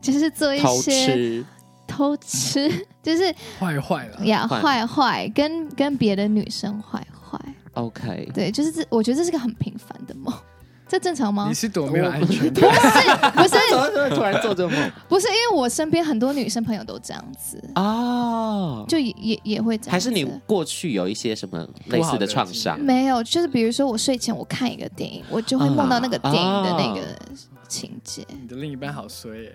Speaker 2: 就是做一
Speaker 1: 偷
Speaker 2: 些
Speaker 1: 吃，
Speaker 2: 偷吃， 就是
Speaker 4: 坏坏了，
Speaker 2: 呀
Speaker 1: 嗯坏
Speaker 2: 坏坏，跟跟别的女生坏坏，
Speaker 1: OK，
Speaker 2: 对，就是这，我觉得这是个很平凡的梦，这正常吗
Speaker 4: 你？是多没有安全
Speaker 2: 不是不是
Speaker 1: 怎么怎么 突然做这梦？
Speaker 2: 不是，因为我身边很多女生朋友都这样子，
Speaker 1: 哦，
Speaker 2: 就也也也会这样子，
Speaker 1: 还是你过去有一经历一些什么类似的创伤？
Speaker 2: 没有，就是比如说我睡前我看一个电影，我
Speaker 1: 啊
Speaker 2: 就会梦到那个电影的那个情节，
Speaker 4: 你的另一半好衰 耶、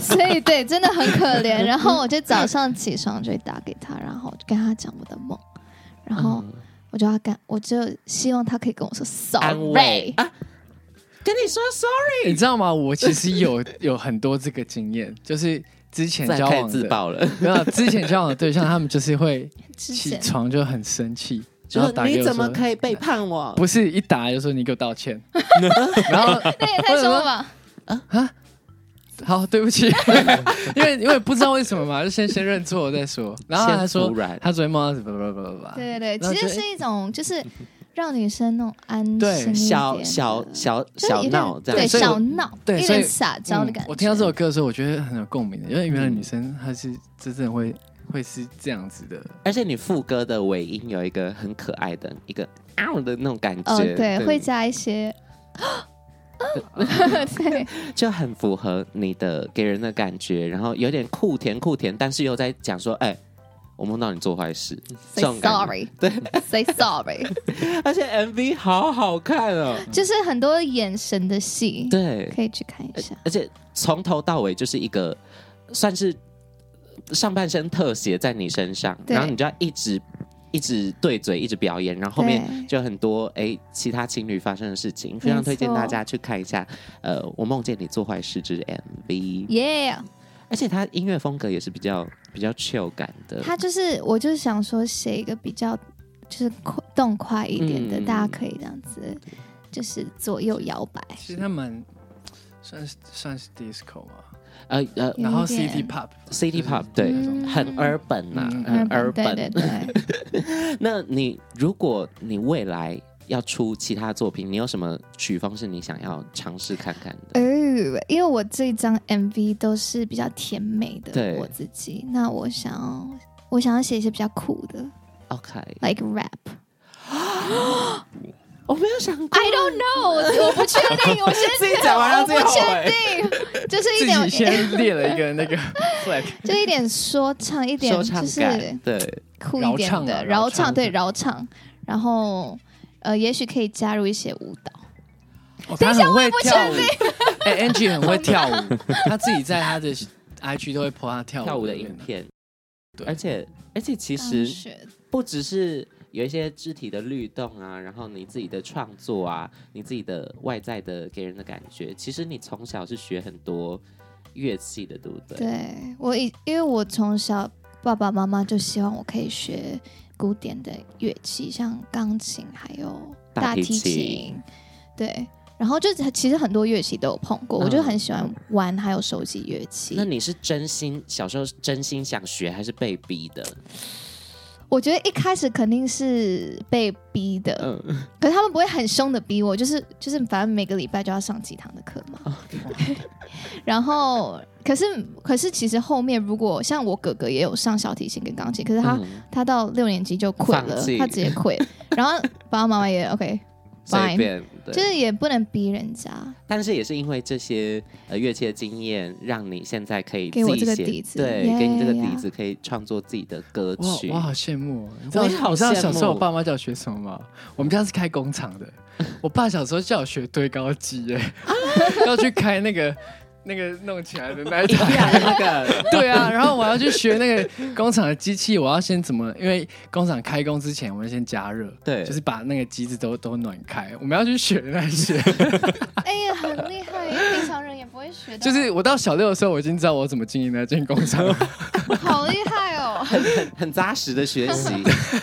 Speaker 2: 所以对，真的很可怜。然后我就早上起床就会打给他，然后跟他讲我的梦，然后
Speaker 1: 嗯
Speaker 2: 我就要干，我就希望他可以跟我说
Speaker 1: 安慰
Speaker 2: sorry。
Speaker 1: 跟你说 sorry，
Speaker 4: 你知道吗？我其实有有很多这个经验，就是之前
Speaker 1: 再
Speaker 4: 交
Speaker 1: 开始
Speaker 4: 往
Speaker 1: 自
Speaker 4: 的，
Speaker 1: 爆 了，
Speaker 4: 没有啊之前交往的对象，他们就是 会
Speaker 2: 之
Speaker 4: 起
Speaker 2: 前
Speaker 4: 床就很生气，
Speaker 1: 就
Speaker 4: 然后
Speaker 1: 是
Speaker 4: 打给
Speaker 1: 你
Speaker 4: 我
Speaker 1: 怎么
Speaker 4: 说
Speaker 1: 可以背叛我？
Speaker 4: 不是一打就说你给我 道歉，然后
Speaker 2: 那也哎太凶了吧！
Speaker 4: 好对不起， 因为因为不知道为什么嘛，就先先认错再说。然后他还
Speaker 1: 先
Speaker 4: 说
Speaker 1: 服软
Speaker 4: 他昨天梦到什么什么什
Speaker 1: 啊
Speaker 4: 嗯么，
Speaker 2: 对啊对，
Speaker 4: 然后
Speaker 2: 其实
Speaker 4: 就是
Speaker 2: 一种就是让女生那种安心一
Speaker 4: 对
Speaker 2: 嗯点的
Speaker 1: 嗯小小小
Speaker 2: 就是
Speaker 1: 小
Speaker 2: 有点
Speaker 1: 闹这
Speaker 2: 对
Speaker 1: 样，
Speaker 4: 所以我
Speaker 2: 小闹，
Speaker 4: 对
Speaker 2: 有
Speaker 4: 所以
Speaker 2: 点撒娇
Speaker 1: 嗯
Speaker 2: 的感觉。
Speaker 4: 我听到这首歌的时候，我觉得很有共鸣的，因为原来女生她是真正会会是这样子的，
Speaker 1: 而且你副歌的尾音有一个很可爱的一个啊的那种感
Speaker 2: 哦，
Speaker 1: 觉，
Speaker 2: 对，会加一 些，对，
Speaker 1: 就很符合你的给人的感觉，然后有点酷甜酷甜，但是又在讲说，哎，我梦到你做坏事，这
Speaker 2: say
Speaker 1: 种感觉，
Speaker 2: sorry，，say sorry，
Speaker 1: 而且 MV 好好看哦，
Speaker 2: 就是很多眼神的戏，
Speaker 1: 对，
Speaker 2: 可以去看一下。
Speaker 1: 而且从头到尾就是一个算是上半身特写在你身上，
Speaker 2: 对
Speaker 1: 然后你就要一直一直对嘴，一直表演，然后后面
Speaker 2: 对
Speaker 1: 就很多哎其他情侣发生的事情，非常推荐大家去看一下。呃，我梦见你做坏事之 MV，
Speaker 2: 耶，
Speaker 1: 而且它音乐风格也是比较比较 chill 感的。
Speaker 2: 他就是，我就是想说写一个比较就是快动快一点的，
Speaker 1: 嗯
Speaker 2: 大家可以这样子，就是左右摇摆，
Speaker 4: 其实她蛮算是算是 disco 嘛，
Speaker 1: 呃呃
Speaker 2: 有
Speaker 4: 然后
Speaker 2: 一
Speaker 4: city
Speaker 2: 点
Speaker 4: pop
Speaker 1: ，City
Speaker 4: 就是
Speaker 1: Pop 对
Speaker 4: 那
Speaker 2: 嗯
Speaker 4: 种，
Speaker 1: 很 urban 呐、
Speaker 4: 嗯
Speaker 1: 很 urban。
Speaker 2: 对对对，
Speaker 1: 那你如果你未来要出其他作品，你有什么曲风是你想要尝试看看的？
Speaker 2: 哦，因为我这张 MV 都是比较甜美的
Speaker 1: 对
Speaker 2: 我自己，那我想要我想要写一些比较酷的
Speaker 1: OK，
Speaker 2: ，like rap。
Speaker 1: 我没有想过
Speaker 2: I don't know，我不确定， 我先
Speaker 1: 自己讲完
Speaker 2: 我
Speaker 4: 啊
Speaker 1: 了
Speaker 2: 不
Speaker 1: 自己后悔
Speaker 2: 确定， 就是
Speaker 4: 欸
Speaker 2: 一
Speaker 4: 自己
Speaker 2: 点，
Speaker 4: 先列了一个那个 flag，
Speaker 2: 就一点说唱，一点
Speaker 1: 说
Speaker 2: 就
Speaker 1: 唱
Speaker 2: 是
Speaker 1: 感，对，
Speaker 2: 酷一点
Speaker 4: 饶唱啊
Speaker 2: 的，
Speaker 4: 饶
Speaker 2: 饶
Speaker 4: 唱
Speaker 2: 唱对饶唱，然后呃，也许可以加入一些舞蹈，
Speaker 4: 哦她很会跳舞
Speaker 2: 等一，
Speaker 4: 哎，Angie 很会跳舞，她自己在她的 IG 都会 po 她跳
Speaker 1: 跳舞的
Speaker 4: 影
Speaker 1: 影
Speaker 4: 片。
Speaker 1: 片，
Speaker 4: 对
Speaker 1: 而且而且其
Speaker 2: 当
Speaker 1: 实
Speaker 2: 学
Speaker 1: 不只是有一些肢体的律动啊，然后你自己的创作啊，你自己的外在的给人的感觉，其实你从小是学很多乐器的，对不对？
Speaker 2: 对我以因为我从小爸爸妈妈就希望我可以学古典的乐器，像钢琴还有
Speaker 1: 大
Speaker 2: 大
Speaker 1: 提
Speaker 2: 提
Speaker 1: 琴
Speaker 2: 对。然后就是其实很多乐器都有碰过，我就
Speaker 1: 嗯
Speaker 2: 很喜欢玩，还有收集乐器。
Speaker 1: 那你是真心小时候是真心想学，还是被逼的？
Speaker 2: 我觉得一开始肯定是被逼的，
Speaker 1: 嗯，
Speaker 2: 可是他们不会很凶的逼我，就是就是反正每个礼拜就要上几堂的课
Speaker 1: 哦
Speaker 2: 嘛。 然后，可是可是其实后面如果像我哥哥也有上小提琴跟钢琴，可是他、
Speaker 1: 嗯
Speaker 2: 他到六年级就 quit
Speaker 1: 放
Speaker 2: 了
Speaker 1: 弃，
Speaker 2: 他直接 quit，然后爸爸妈妈也 OK。
Speaker 1: 随
Speaker 2: fine，
Speaker 1: 便，对
Speaker 2: 就是也不能逼人家。
Speaker 1: 但是也是因为这些呃乐器的经验，让你现在可以
Speaker 2: 给
Speaker 1: 自
Speaker 2: 我
Speaker 1: 己
Speaker 2: 这个
Speaker 1: 写
Speaker 2: 底子
Speaker 1: 对
Speaker 2: Yeah,
Speaker 1: 给你这个
Speaker 2: yeah,
Speaker 1: 底
Speaker 2: yeah
Speaker 1: 子可以创作自己的歌
Speaker 4: 哇
Speaker 1: 曲。
Speaker 4: 我好羡慕哦！你知
Speaker 1: 我
Speaker 4: 道
Speaker 1: 也好
Speaker 4: 你知道
Speaker 1: 羡
Speaker 4: 小时候我
Speaker 1: 慕
Speaker 4: 爸妈叫我学什么吗？我们家是开工厂 的，我爸小时候叫我学堆高机，哎，
Speaker 1: 啊
Speaker 4: 要去开那个那个弄起来的那一台。
Speaker 1: 呀，那个
Speaker 4: 对啊，然后我要去学那个工厂的机器，我要先怎么？因为工厂开工之前，我们先加热，
Speaker 1: 对
Speaker 4: 就是把那个机子都都暖开。我们要去学那 些，
Speaker 2: 哎呀，很厉害，平常人也不会学的，
Speaker 4: 就是我到小六的时候，我已经知道我怎么经营那间工厂。
Speaker 2: 好厉害哦。
Speaker 1: 很很扎实的学习，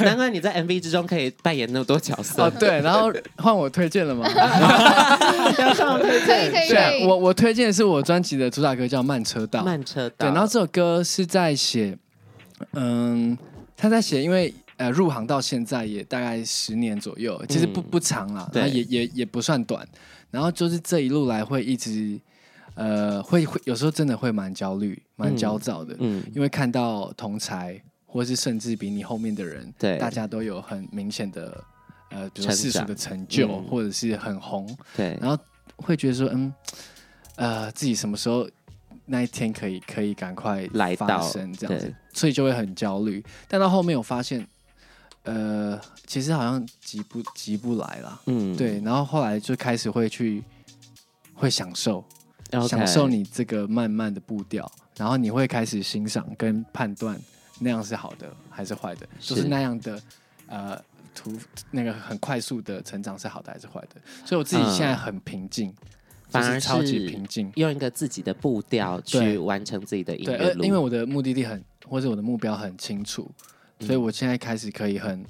Speaker 1: 难怪你在 MV 之中可以扮演那么多角色
Speaker 4: 哦，。对，然后换我推荐了 吗？
Speaker 1: 要上推
Speaker 2: 可以可以
Speaker 4: 对啊
Speaker 2: 可，以，
Speaker 4: 我我推荐的是我专辑的主打歌叫《慢车道》。
Speaker 1: 慢车道，
Speaker 4: 对，然后这首歌是在写，嗯，他在写，因为呃入行到现在也大概十年左右，其实不、
Speaker 1: 嗯
Speaker 4: 不长啦，
Speaker 1: 对
Speaker 4: 然后也也也不算短，然后就是这一路来会一直，呃，会会有时候真的会蛮焦虑、蛮焦躁的，
Speaker 1: 嗯，
Speaker 4: 因为看到同才或是甚至比你后面的人，
Speaker 1: 对
Speaker 4: 大家都有很明显的呃，比如
Speaker 1: 成
Speaker 4: 说世俗
Speaker 1: 长
Speaker 4: 的成就，
Speaker 1: 嗯
Speaker 4: 或者是很红，
Speaker 1: 对，
Speaker 4: 然后会觉得说，嗯，呃，自己什么时候那一天可以可以赶快
Speaker 1: 来到
Speaker 4: 发生这样
Speaker 1: 对
Speaker 4: 子，所以就会很焦虑。但到后面我发现，呃，其实好像急不急不来啦。
Speaker 1: 嗯，
Speaker 4: 对，然后后来就开始会去会享受
Speaker 1: OK，
Speaker 4: 享受你这个慢慢的步调，然后你会开始欣赏跟判断那样是好的还是坏的，就是是那样的呃图那个很快速的成长是好的还是坏的。所以我自己
Speaker 1: 嗯
Speaker 4: 现在很平静，就
Speaker 1: 反而
Speaker 4: 是超级
Speaker 1: 是
Speaker 4: 平静。
Speaker 1: 用一个自己的步调去
Speaker 4: 对
Speaker 1: 完成自己的音
Speaker 4: 对，
Speaker 1: 乐
Speaker 4: 呃
Speaker 1: 路，
Speaker 4: 因为我的目的地很或者我的目标很清楚，
Speaker 1: 嗯
Speaker 4: 所以我现在开始可以很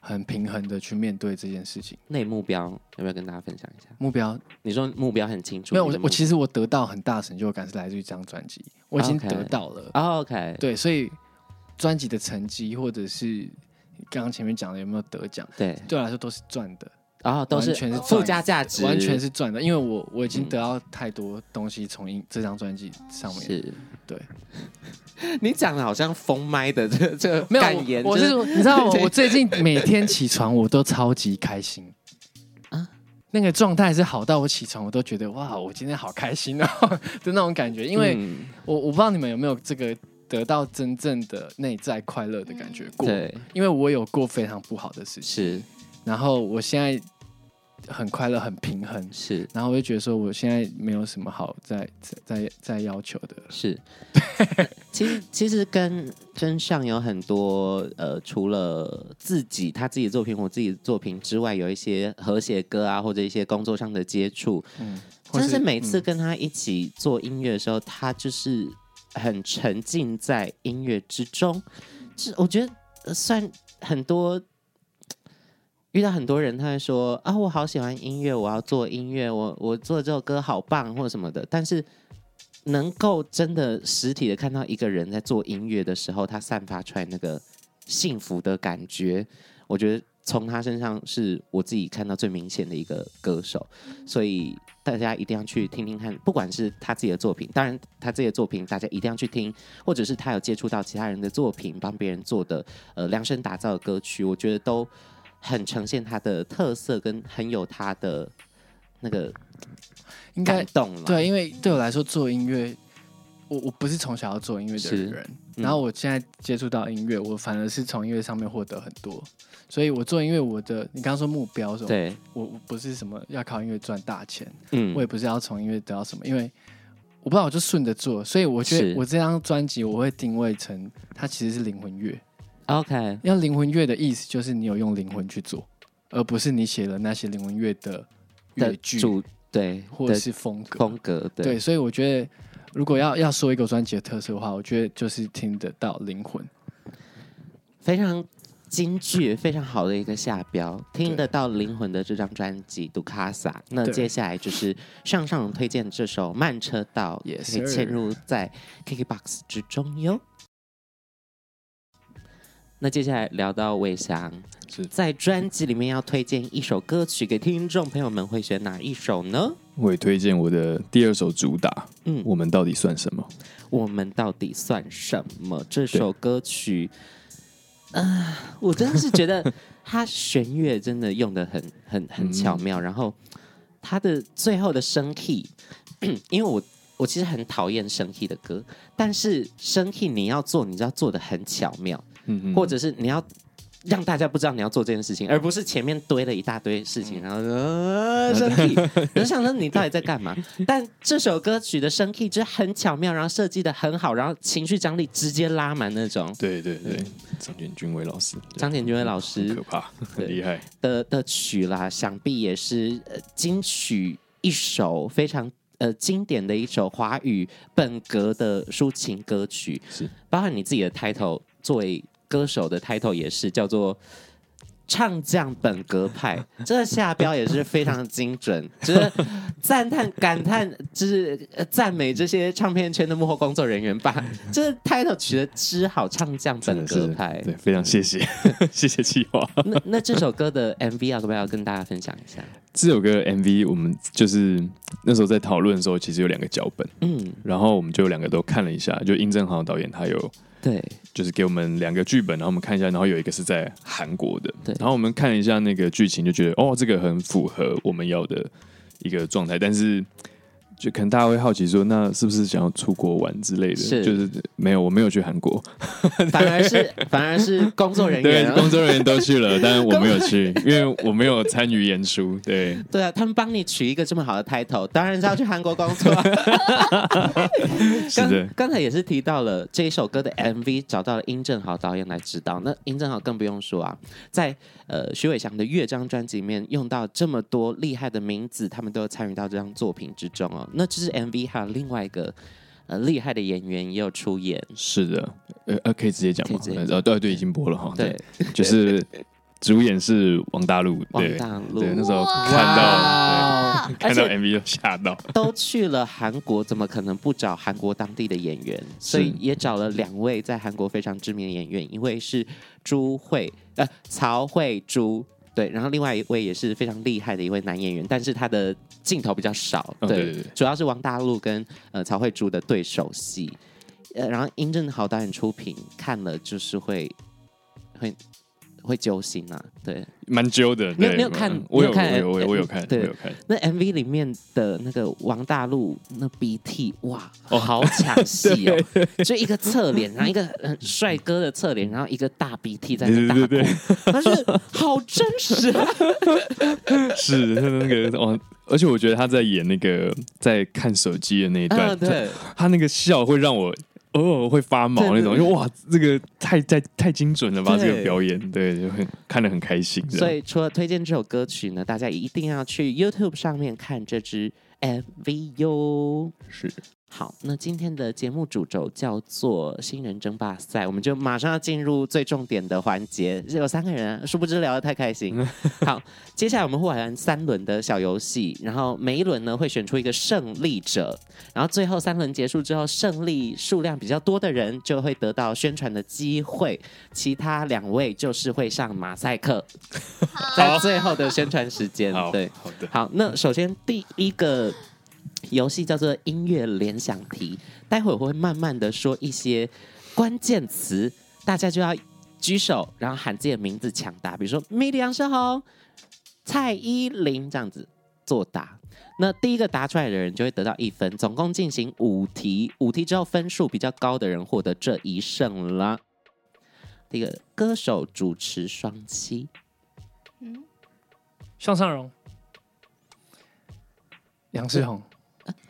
Speaker 4: 很平衡的去面对这件事情。
Speaker 1: 那你目标有没有跟大家分享一下？
Speaker 4: 目标
Speaker 1: 你说目标很清楚，
Speaker 4: 没有，
Speaker 1: 你
Speaker 4: 我
Speaker 1: 的目
Speaker 4: 我其实我得到很大的成就感是来自于这张专辑，我已经
Speaker 1: OK
Speaker 4: 得到了。
Speaker 1: 哦 OK，
Speaker 4: 对，所以专辑的成绩或者是刚刚前面讲的有没有得奖，
Speaker 1: 对，
Speaker 4: 对我来说都是赚的，
Speaker 1: 然后啊都是
Speaker 4: 完全是
Speaker 1: 附
Speaker 4: 赚
Speaker 1: 加价值，
Speaker 4: 完全是赚的，因为我我已经
Speaker 1: 嗯
Speaker 4: 得到太多东西从音这张专辑上面。
Speaker 1: 是。
Speaker 4: 对，
Speaker 1: 你讲的好像封麦的这这
Speaker 4: 没
Speaker 1: 感言，
Speaker 4: 有，我我
Speaker 1: 就是
Speaker 4: 你知 道吗？
Speaker 1: 对
Speaker 4: 我最近每天起床我都超级开心
Speaker 1: 啊
Speaker 4: 啊，那个状态是好到我起床我都觉得哇，我今天好开心哦的那种感觉，因为
Speaker 1: 嗯
Speaker 4: 我我不知道你们有没有这个得到真正的内在快乐的感觉过，
Speaker 1: 嗯对
Speaker 4: 因为我有过非常不好的事情。
Speaker 1: 是
Speaker 4: 然后我现在很快乐，很平衡，
Speaker 1: 是
Speaker 4: 然后我就觉得说，我现在没有什么好再再再再要求的。
Speaker 1: 是， 其实其实跟真相有很多呃，除了自己他自己的作品、我自己的作品之外，有一些和谐歌啊，或者一些工作上的接触，
Speaker 4: 嗯，或
Speaker 1: 真的是每次
Speaker 4: 嗯
Speaker 1: 跟他一起做音乐的时候，他就是很沉浸在音乐之中。是我觉得呃算很多遇到很多人，他会说啊，我好喜欢音乐，我要做音乐，我我做这首歌好棒或什么的。但是能够真的实体的看到一个人在做音乐的时候，他散发出来那个幸福的感觉，我觉得从他身上是我自己看到最明显的一个歌手。所以大家一定要去听听看，不管是他自己的作品，当然他自己的作品大家一定要去听，或者是他有接触到其他人的作品，帮别人做的呃量身打造的歌曲，我觉得都很呈现他的特色，跟很有他的那个
Speaker 4: 应该
Speaker 1: 感动了。
Speaker 4: 对，因为对我来说做音乐，我我不是从小要做音乐的
Speaker 1: 是
Speaker 4: 人，
Speaker 1: 嗯
Speaker 4: 然后我现在接触到音乐，我反而是从音乐上面获得很多。所以我做音乐，我的你刚刚说目标是吧？，
Speaker 1: 对，
Speaker 4: 我我不是什么要靠音乐赚大钱，
Speaker 1: 嗯
Speaker 4: 我也不是要从音乐得到什么，因为我不知道，我就顺着做，所以我觉
Speaker 1: 是
Speaker 4: 得我这张专辑我会定位成它其实是灵魂乐。
Speaker 1: ，OK，
Speaker 4: 要灵魂乐的意思就是你有用灵魂去做，而不是你写了那些灵魂乐的乐
Speaker 1: 的
Speaker 4: 句
Speaker 1: 主对
Speaker 4: 或者
Speaker 1: 的
Speaker 4: 是风格。
Speaker 1: 风格，对，
Speaker 4: 对，所以我觉得如果要要说一个专辑的特色的话，我觉得就是听得到灵魂。
Speaker 1: 非常京剧，非常好的一个下标，听得到灵魂的这张专辑《杜卡萨》。那
Speaker 4: 对
Speaker 1: 接下来就是上上推荐这首《慢车道》，也
Speaker 4: Yes,
Speaker 1: 可以
Speaker 4: sir
Speaker 1: 嵌入在 KKBOX 之中哟。那接下来聊到魏翔，
Speaker 3: 是
Speaker 1: 在专辑里面要推荐一首歌曲给听众朋友们，会选哪一首呢？
Speaker 3: 我也推荐我的第二首主打，
Speaker 1: 嗯，
Speaker 3: 我们到底算什么？
Speaker 1: 我们到底算什么？这首歌曲，啊、我真的是觉得他弦乐真的用的很很很巧妙，然后他的最后的升 key，因为我我其实很讨厌升 key 的歌，但是升 key 你要做，你就要做的很巧妙，
Speaker 3: 嗯
Speaker 1: 或者是你要。让大家不知道你要做这件事情，而不是前面堆了一大堆事
Speaker 3: 嗯
Speaker 1: 情，然后呃升 key，我就想说你到底在干嘛？但这首歌曲的升 key 就是很巧妙，然后设计的很好，然后情绪张力直接拉满那种。
Speaker 3: 对对对，张建军伟老师，
Speaker 1: 张简君伟老师
Speaker 3: 很可怕，
Speaker 1: 对
Speaker 3: 很厉害，
Speaker 1: 的的曲啦，想必也是呃金曲一首非常呃经典的一首华语本格的抒情歌曲，
Speaker 3: 是
Speaker 1: 包含你自己的 title 作为歌手的 title 也是叫做。唱将本格派，这个下标也是非常精准，就是赞叹、感叹，就是呃赞美这些唱片圈的幕后工作人员吧。 这 title 取的之好，唱将
Speaker 3: 真
Speaker 1: 本
Speaker 3: 的
Speaker 1: 格
Speaker 3: 是
Speaker 1: 派。
Speaker 3: 对，非常谢谢， 谢谢企划。
Speaker 1: 那那这首歌的 MV 要不要跟大家分享一下？
Speaker 3: 这首歌的 MV 我们就是那时候在讨论的时候，其实有两个脚本，
Speaker 1: 嗯，
Speaker 3: 然后我们就两个都看了一下，就殷正豪导演他有
Speaker 1: 对，
Speaker 3: 就是给我们两个剧本，然后我们看一下，然后有一个是在韩国的
Speaker 1: 对，
Speaker 3: 然后我们看了一下那个剧情，就觉得哦，这个很符合我们要的一个状态，但是就可能大家会好奇说，那是不是想要出国玩之类的？
Speaker 1: 是
Speaker 3: 就是没有，我没有去韩国，
Speaker 1: 反而是反而是工作人
Speaker 3: 对
Speaker 1: 员，，
Speaker 3: 工作人员都去 了，但是我没有去，因为我没有参与演出，对。
Speaker 1: 对啊，他们帮你取一个这么好的 title，当然是要去韩国工作。
Speaker 3: 是的
Speaker 1: 刚刚才也是提到了这一首歌的 MV 找到了殷正豪导演来指导，那殷正豪更不用说啊，在呃徐伟翔的乐章专辑里面用到这么多厉害的名字，他们都有参与到这张作品之中哦。那这支 MV 还有另外一个呃厉害的演员也有出演，
Speaker 3: 是的，呃呃，可以直接讲吗
Speaker 1: 可以直接？讲
Speaker 3: 呃，对对，已经播了哈。
Speaker 1: 对，，
Speaker 3: 就是主演是王大陆，
Speaker 1: 王
Speaker 3: 对
Speaker 1: 大陆
Speaker 3: 对，那时候
Speaker 2: 哇
Speaker 3: 看到
Speaker 1: 哇
Speaker 3: 对
Speaker 1: 而
Speaker 3: 看到
Speaker 1: 且
Speaker 3: MV 就吓到，
Speaker 1: 都去了韩国，怎么可能不找韩国当地的演员？所以也找了两位在韩国非常知名的演员，一位是朱慧，呃，曹慧珠。对，然后另外一位也是非常厉害的一位男演员，但是他的镜头比较少，
Speaker 3: 哦对对对
Speaker 1: 主要是王大陆跟呃曹慧珠的对手戏，呃，然后殷正豪导演出品看了就是会会会揪心啊，对，
Speaker 3: 蛮揪的。
Speaker 1: 你有
Speaker 3: 对
Speaker 1: 你有看
Speaker 3: 嗯我有
Speaker 1: 你有看
Speaker 3: 我有我有我有
Speaker 1: 呃
Speaker 3: 看，我
Speaker 1: 对
Speaker 3: 有看。
Speaker 1: 那 MV 里面的那个王大陆那鼻涕，哇，
Speaker 3: 哦
Speaker 1: 好抢戏 哦！就一个侧脸，然后一个很帅哥的侧脸，然后一个大鼻涕在
Speaker 3: 对
Speaker 1: 那大
Speaker 3: 嗯对对
Speaker 1: 哭，
Speaker 3: 对，
Speaker 1: 但是好真实啊！
Speaker 3: 是他的那个哦，而且我觉得他在演那个在看手机 的那一段，
Speaker 1: 嗯，对，
Speaker 3: 他，他那个笑会让我偶尔会发毛
Speaker 1: 对对
Speaker 3: 那种，
Speaker 1: 对
Speaker 3: 就哇，这个太太太精准了吧，
Speaker 1: 对
Speaker 3: 这个表演，对，就很看得很开心。这样
Speaker 1: 所以除了推荐这首歌曲呢，大家一定要去 YouTube 上面看这支 MV 哟。
Speaker 3: 是
Speaker 1: 好，那今天的节目主轴叫做新人争霸赛，我们就马上要进入最重点的环节。有三个人啊，殊不知聊得太开心。好，接下来我们会玩三轮的小游戏，然后每一轮呢会选出一个胜利者，然后最后三轮结束之后，胜利数量比较多的人就会得到宣传的机会，其他两位就是会上马赛克，在最后的宣传时间
Speaker 3: 好，。
Speaker 1: 对，
Speaker 3: 好的，
Speaker 1: 好，那首先第一个游戏叫做音乐联想题，待会我会慢慢的说一些关键词，大家就要举手，然后喊自己的名字抢答，比如说米里杨世宏、蔡依林这样子作答。那第一个答出来的人就会得到一分，总共进行五题，五题之后分数比较高的人获得这一胜了。第一个歌手主持双栖，
Speaker 2: 嗯，
Speaker 4: 向上荣，杨世宏，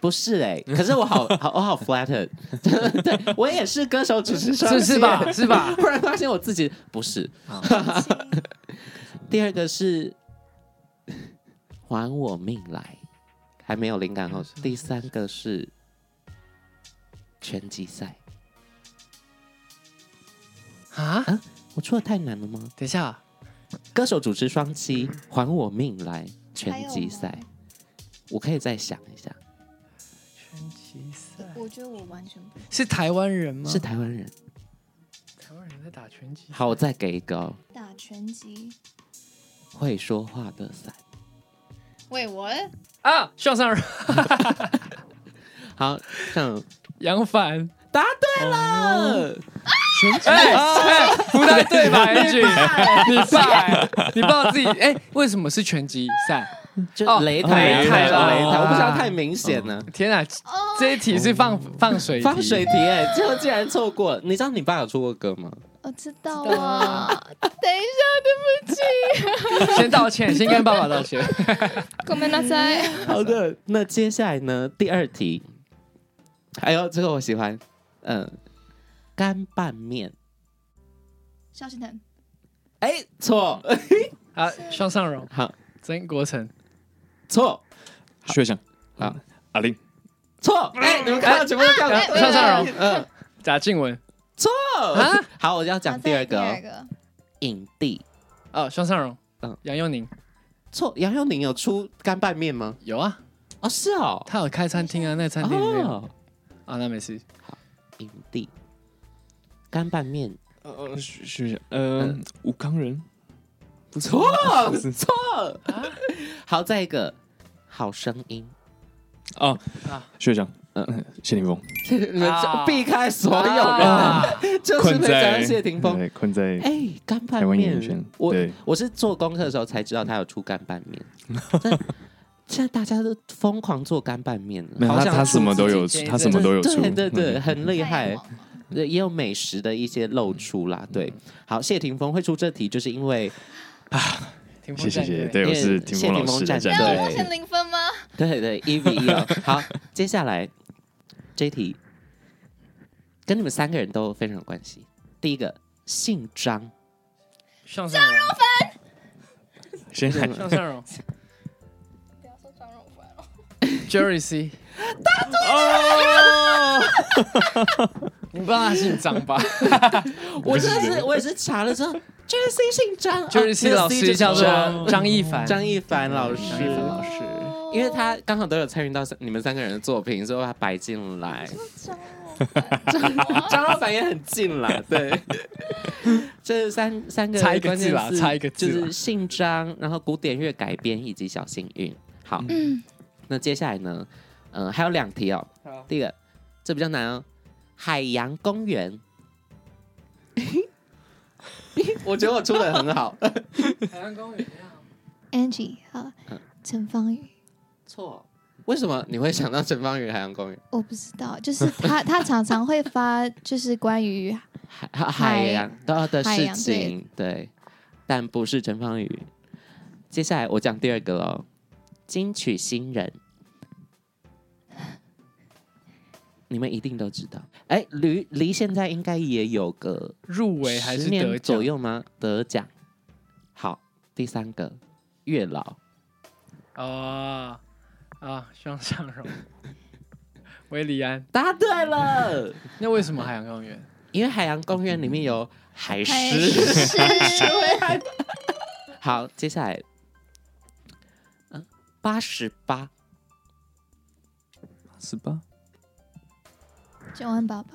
Speaker 1: 不是哎、可是我好好我好 flattered，对我也是歌手主持双
Speaker 4: 是是吧
Speaker 1: 栖？
Speaker 4: 是吧？
Speaker 1: 忽然发现我自己不是。第二个是还我命来，还没有灵感哦。第三个是拳击赛，
Speaker 4: 啊？
Speaker 1: 我出的太难了吗？
Speaker 4: 等一下，
Speaker 1: 歌手主持双栖，还我命来，拳击赛
Speaker 2: 还有，
Speaker 1: 我可以再想一下，
Speaker 4: 拳击赛
Speaker 2: 我觉得我完全不
Speaker 4: 是台湾人吗？
Speaker 1: 是台湾人。
Speaker 4: 台湾人在打拳击。
Speaker 1: 好，我再给一个哦
Speaker 2: 打拳击。
Speaker 1: 会说话的伞。
Speaker 2: 喂，我
Speaker 4: 啊，向上荣，
Speaker 1: 好，像
Speaker 4: 杨凡，
Speaker 1: 哦答对了。全集
Speaker 4: 哎哎，不太对吧？Angie，你爸，你爸自己哎，为什么是拳击赛？
Speaker 1: 就
Speaker 4: 哦
Speaker 1: 擂
Speaker 3: 哦
Speaker 1: 台，啊
Speaker 3: 擂
Speaker 1: 擂
Speaker 3: 台
Speaker 1: 台，哦擂台，
Speaker 4: 哦
Speaker 1: 我不知道太明显了。
Speaker 4: 天啊，这一题是放放水，
Speaker 1: 放水题哎、最后竟然错过了。你知道你爸有出过歌吗？
Speaker 2: 我知道啊，等一下，对不起，
Speaker 4: 先道歉，先跟爸爸道歉。
Speaker 2: ごめんなさい。
Speaker 1: 好的，那接下来呢？第二题，哎呦，这个我喜欢，嗯、干拌面，
Speaker 2: 萧敬腾，
Speaker 1: 哎，错，
Speaker 4: 好，向上荣，
Speaker 1: 好，
Speaker 4: 曾国成，
Speaker 1: 错，
Speaker 3: 薛翔
Speaker 1: 好
Speaker 3: 啊，阿玲，
Speaker 1: 错，哎，你们看到全部都掉
Speaker 4: 哎哎向上
Speaker 1: 荣，嗯、
Speaker 4: 贾静雯
Speaker 1: 错
Speaker 4: 啊，
Speaker 1: 哦好，我要讲第二个、
Speaker 2: 好
Speaker 1: 哦
Speaker 2: 再来，第二个，
Speaker 1: 影帝，
Speaker 4: 哦，向上荣，
Speaker 1: 嗯
Speaker 4: 嗯，杨佑宁
Speaker 1: 错，杨佑宁有出干拌面吗？
Speaker 4: 有啊，
Speaker 1: 哦，是哦，
Speaker 4: 他有开餐厅啊，那个餐厅里面有
Speaker 1: 哦，
Speaker 4: 啊，那没事。
Speaker 1: 影帝，干拌面，
Speaker 3: 呃，薛薛翔，嗯，吴康仁，
Speaker 1: 不错，错，好，再一个，好声音。
Speaker 3: 哦
Speaker 4: 啊，
Speaker 3: 薛翔，
Speaker 1: 嗯
Speaker 3: 嗯，谢霆锋，
Speaker 1: 你们
Speaker 4: 啊
Speaker 1: 避开所有人，
Speaker 4: 啊
Speaker 1: 就是
Speaker 3: 困
Speaker 1: 没讲
Speaker 3: 在
Speaker 1: 到谢霆锋。
Speaker 3: 对困在
Speaker 1: 哎，干拌
Speaker 3: 台湾演艺
Speaker 1: 面
Speaker 3: 圈，，
Speaker 1: 我
Speaker 3: 对，
Speaker 1: 我是做功课的时候才知道他有出干拌 面。真的现在大家都疯狂做干拌面了，
Speaker 3: 没有
Speaker 1: 好
Speaker 3: 他
Speaker 1: 想
Speaker 3: 他
Speaker 1: 出
Speaker 3: 什么
Speaker 1: 自己
Speaker 3: 都有
Speaker 4: 己
Speaker 3: 出，
Speaker 4: 的
Speaker 3: 他什么都有出，
Speaker 1: 对对对，
Speaker 3: 嗯，
Speaker 1: 很厉
Speaker 2: 太
Speaker 1: 害
Speaker 2: 阳。王
Speaker 1: 对也有美食的一些露出啦，对。
Speaker 3: 嗯
Speaker 1: 好，谢霆锋会出这题，就是因为
Speaker 4: 霆锋
Speaker 3: 谢谢
Speaker 4: 战
Speaker 3: 谢谢，
Speaker 4: 队
Speaker 3: 对，我是霆锋老
Speaker 1: 谢
Speaker 3: 师的战
Speaker 1: 霆锋战
Speaker 2: 那
Speaker 1: 队
Speaker 3: 队，
Speaker 2: 我目前零分吗？
Speaker 1: 对对一 v 一哦。好，接下来这一题跟你们三个人都非常有关系。第一个姓张，
Speaker 4: 向上荣，
Speaker 3: 先喊
Speaker 4: 向上荣
Speaker 2: 不要说张荣凡了。
Speaker 4: ，Jerry C，
Speaker 1: 哦，
Speaker 4: 你不知道他姓张吧
Speaker 1: 我真的是我也是查了之后，Jesse 姓张哦
Speaker 4: ？Jerry
Speaker 1: 那
Speaker 4: C
Speaker 1: 个
Speaker 4: 老
Speaker 1: C
Speaker 4: 师
Speaker 1: 就
Speaker 4: 叫
Speaker 1: 是
Speaker 4: 做
Speaker 1: 张
Speaker 4: 张一凡，
Speaker 1: 张一凡老师
Speaker 4: 张一凡老师
Speaker 2: 哦
Speaker 1: 因为他刚好都有参与到三你们三个人的作品，所以把他摆进来。
Speaker 2: 张荣凡，
Speaker 1: 张老板也很近啦，对。这三三个
Speaker 4: 差一个
Speaker 1: 关键
Speaker 4: 字啦
Speaker 1: 字
Speaker 4: 差一个字
Speaker 1: 就
Speaker 4: 啦
Speaker 1: 是姓张，然后古典乐改编以及小幸运。好，那接下来呢？嗯、还有两题哦。第一个，这比较难哦，海洋公 园。我觉得我出的很好。
Speaker 4: 海洋公园。
Speaker 2: Angie 好，
Speaker 1: 嗯
Speaker 2: 陈芳宇，
Speaker 1: 错，为什么你会想到陈芳宇海洋公园？
Speaker 2: 我不知道，就是他，他常常会发就是关于
Speaker 1: 海海洋的的
Speaker 2: 海
Speaker 1: 事
Speaker 2: 洋
Speaker 1: 情，对，但不是陈芳宇。接下来我讲第二个喽，金曲新人，你们一定都知道。哎，离离现在应该也有个
Speaker 4: 入围还
Speaker 1: 十
Speaker 4: 是得
Speaker 1: 年
Speaker 4: 奖
Speaker 1: 左？右吗？得奖。好，第三个月老，
Speaker 4: 哦啊，向上荣，维里安。
Speaker 1: 答对了。
Speaker 4: 那为什么海洋公园？
Speaker 1: 因为海洋公园里面有海
Speaker 2: 海
Speaker 1: 狮。
Speaker 2: 狮
Speaker 1: 好，接下来，嗯，八十八。
Speaker 3: 十八，
Speaker 2: 九万爸爸。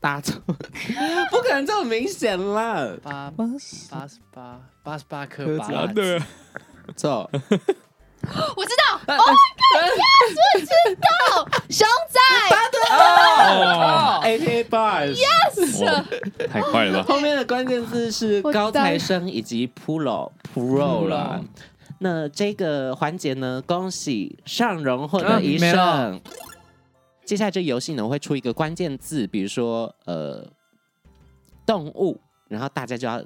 Speaker 1: 打错，不可能这么明显啦。
Speaker 4: 八八十八，八十八颗八
Speaker 3: 啊
Speaker 4: 辣
Speaker 3: 对
Speaker 4: 子
Speaker 3: 啊，
Speaker 1: 错，
Speaker 2: 我知道，Oh my god，知道，熊仔，
Speaker 3: 哦，
Speaker 1: a K bars。
Speaker 3: 哇太快了吧！
Speaker 1: 后面的关键字是高材生以及 pro pro 啦。那这个环节呢，恭喜尚荣获得一
Speaker 4: 啊没
Speaker 1: 胜
Speaker 4: 了。
Speaker 1: 接下来这游戏呢，我会出一个关键字，比如说呃动物，然后大家就要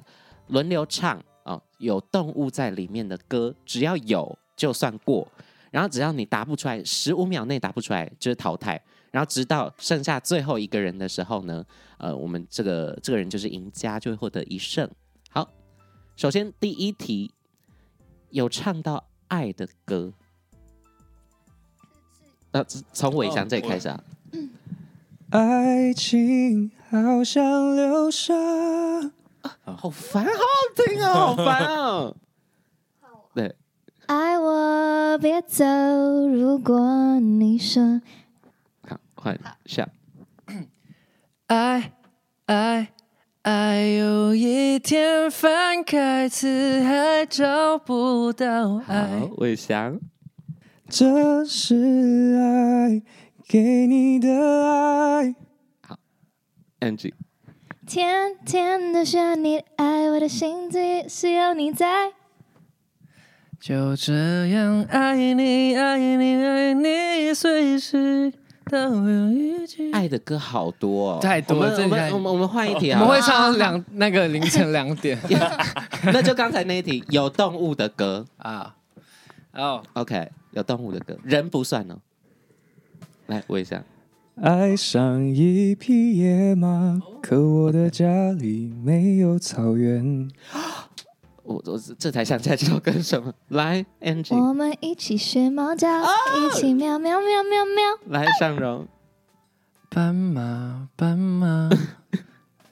Speaker 1: 轮流唱哦，有动物在里面的歌，只要有就算过。然后只要你答不出来，十五秒内答不出来就是淘汰。然后直到剩下最后一个人的时候呢，呃，我们这个这个人就是赢家，就会获得一胜。好，首先第一题有唱到爱的歌，那、呃、从我翔这里开始啊。
Speaker 3: 哦嗯爱情好像流沙，
Speaker 1: 啊好烦，好好听 哦，好烦哦。对，
Speaker 2: 爱我别走，如果你说
Speaker 1: 好，换下。
Speaker 4: 爱爱爱，有一天翻开词海找不到
Speaker 1: 好
Speaker 4: 爱。，
Speaker 1: 伟翔，
Speaker 3: 这是爱给你的爱。
Speaker 1: Angie，
Speaker 2: 甜甜的需要你的爱，我的心底是有你在。
Speaker 4: 就这样爱你，爱你，爱你，随时都有一句。
Speaker 1: 爱的歌好多哦，
Speaker 4: 太多
Speaker 1: 我
Speaker 4: 了
Speaker 1: 们我
Speaker 4: 这
Speaker 1: 们
Speaker 4: 个
Speaker 1: 我们我们换一题
Speaker 4: 我
Speaker 1: 啊，
Speaker 4: 们会唱到两那个凌晨两点
Speaker 1: 那就刚才那一题，有动物的歌
Speaker 4: 啊。哦，
Speaker 1: ，OK，有动物的歌，人不算哦。来，我一下，
Speaker 3: 爱上一匹野马，可我的家里没有草原。
Speaker 1: 我我这才想起来这首歌是什么。来，Angie，
Speaker 2: 我们一起学猫叫，一起喵喵喵喵喵。
Speaker 1: 来尚荣，
Speaker 4: 斑马，斑马，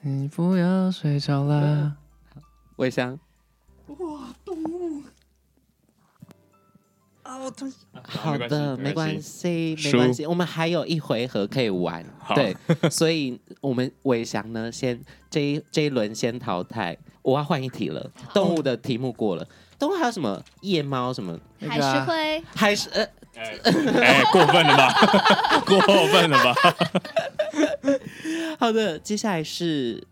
Speaker 4: 你不要睡着啦。
Speaker 1: 魏香，好的，没关。系，没
Speaker 3: 输
Speaker 1: 关系，我们还有一回合可以玩。
Speaker 3: 好
Speaker 1: 对，所以我们伟翔呢，先这一这一轮先淘汰。我要换一题了，动物的题目过了，动物还有什么夜猫什么，
Speaker 4: 那
Speaker 2: 还
Speaker 4: 个啊
Speaker 2: 是会
Speaker 1: 还是呃
Speaker 3: 哎，过分了吧？过分了吧？
Speaker 1: 好的，接下来是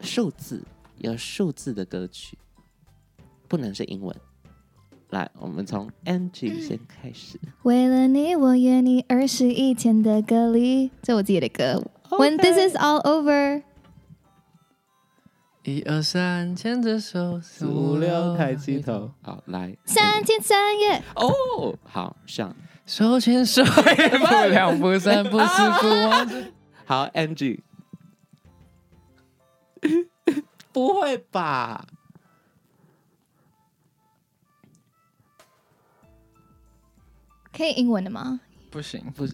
Speaker 1: 数字，有数字的歌曲，不能是英文。来，我们从 Angie 先开始。
Speaker 2: 为了你，我愿你二十一天的隔离。这我自己的歌。When this is all over，
Speaker 4: 一二三，牵着手，四五六，抬起头，
Speaker 1: 好，来
Speaker 2: 三天三夜，
Speaker 1: 哦，好上，
Speaker 4: 手牵手，一步两步三步四步望着。
Speaker 1: 好 Angie，不会吧？
Speaker 2: 可以英文的吗？
Speaker 4: 不行，
Speaker 1: 我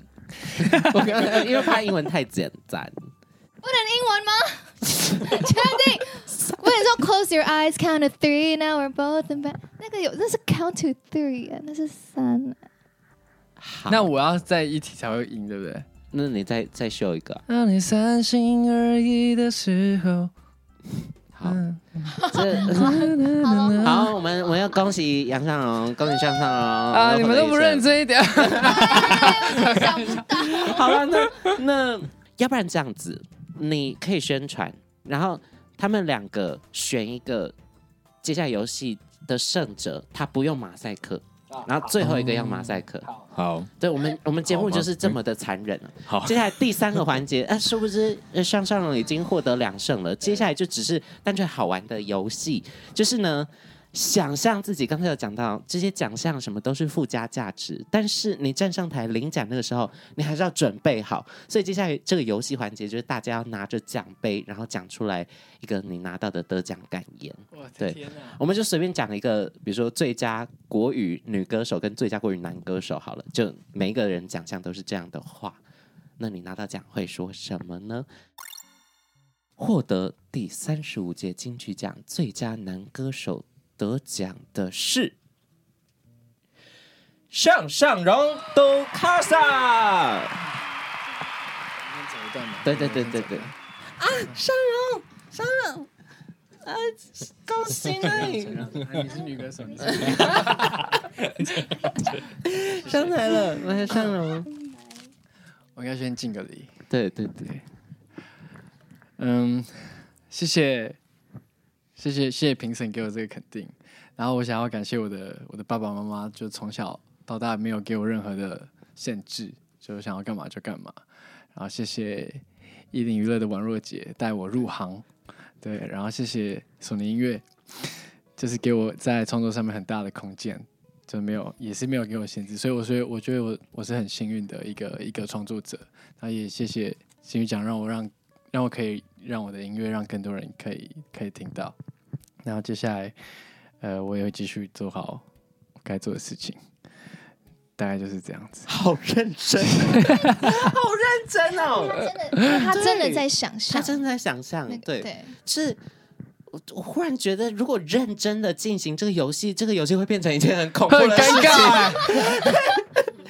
Speaker 1: 刚刚因为怕英文太简单。
Speaker 2: 不能英文 吗？确定？我跟你说，Close your eyes, count to three. Now we're both in bed. 那个有，那是 count to three，啊那是三啊。
Speaker 1: 好，
Speaker 4: 那我要在一起才会赢，对不对？
Speaker 1: 那你再再秀一个。
Speaker 4: 当你三心二意的时候，
Speaker 1: 好，
Speaker 4: 嗯
Speaker 1: 这好，我们我们要恭喜杨尚荣，恭喜向尚荣
Speaker 4: 啊，你们都不认。真一点。
Speaker 1: 好了，那那要不然这样子，你可以宣传，然后他们两个选一个接下来游戏的胜者，他不用马赛克，然后最后一个要马赛克。
Speaker 3: 啊好，
Speaker 1: 对我们我们节目
Speaker 3: 好吗
Speaker 1: 就是这么的残忍啊。
Speaker 3: 好
Speaker 1: 接下来第三个环节，啊，殊不知呃向上龙已经获得两胜了，接下来就只是单纯好玩的游戏，就是呢。想象自己刚才有讲到这些奖项什么都是附加价值，但是你站上台领奖那个时候，你还是要准备好。所以接下来这个游戏环节就是大家要拿着奖杯，然后讲出来一个你拿到的得奖感言。
Speaker 4: 我
Speaker 1: 对
Speaker 4: 天啊哪！
Speaker 1: 我们就随便讲一个，比如说最佳国语女歌手跟最佳国语男歌手好了，就每一个人奖项都是这样的话，那你拿到奖会说什么呢？获得第三十五届金曲奖最佳男歌手得奖的是上上荣都卡萨。对对对对对。啊，上荣，上荣，啊，恭喜你！
Speaker 4: 你是女歌手，
Speaker 1: 上来了，来上了。
Speaker 4: 我应该先敬个礼。
Speaker 1: 对对对，
Speaker 4: 嗯，谢谢，谢谢，谢谢评审给我这个肯定。然后我想要感谢我的我的爸爸妈妈，就从小到大没有给我任何的限制，就想要干嘛就干嘛。然后谢谢一零娱乐的王若姐带我入行，对，然后谢谢索尼音乐，就是给我在创作上面很大的空间，就没有也是没有给我限制，所以我所以我觉得我我是很幸运的一个一个创作者。然后也谢谢金曲奖让我让让我可以让我的音乐让更多人可以可以听到。然后接下来，呃，我也会继续做好我该做的事情，大概就是这样 子。
Speaker 1: 好认 真，好认真哦。
Speaker 2: 他真的在想
Speaker 1: 他
Speaker 2: 象，
Speaker 1: 真的在想象
Speaker 2: 那，个
Speaker 1: 对，
Speaker 2: 对，
Speaker 1: 是。我我忽然觉得，如果认真的进行这个游戏，这个游戏会变成一件很恐怖的事情。
Speaker 4: 尬、
Speaker 2: Oh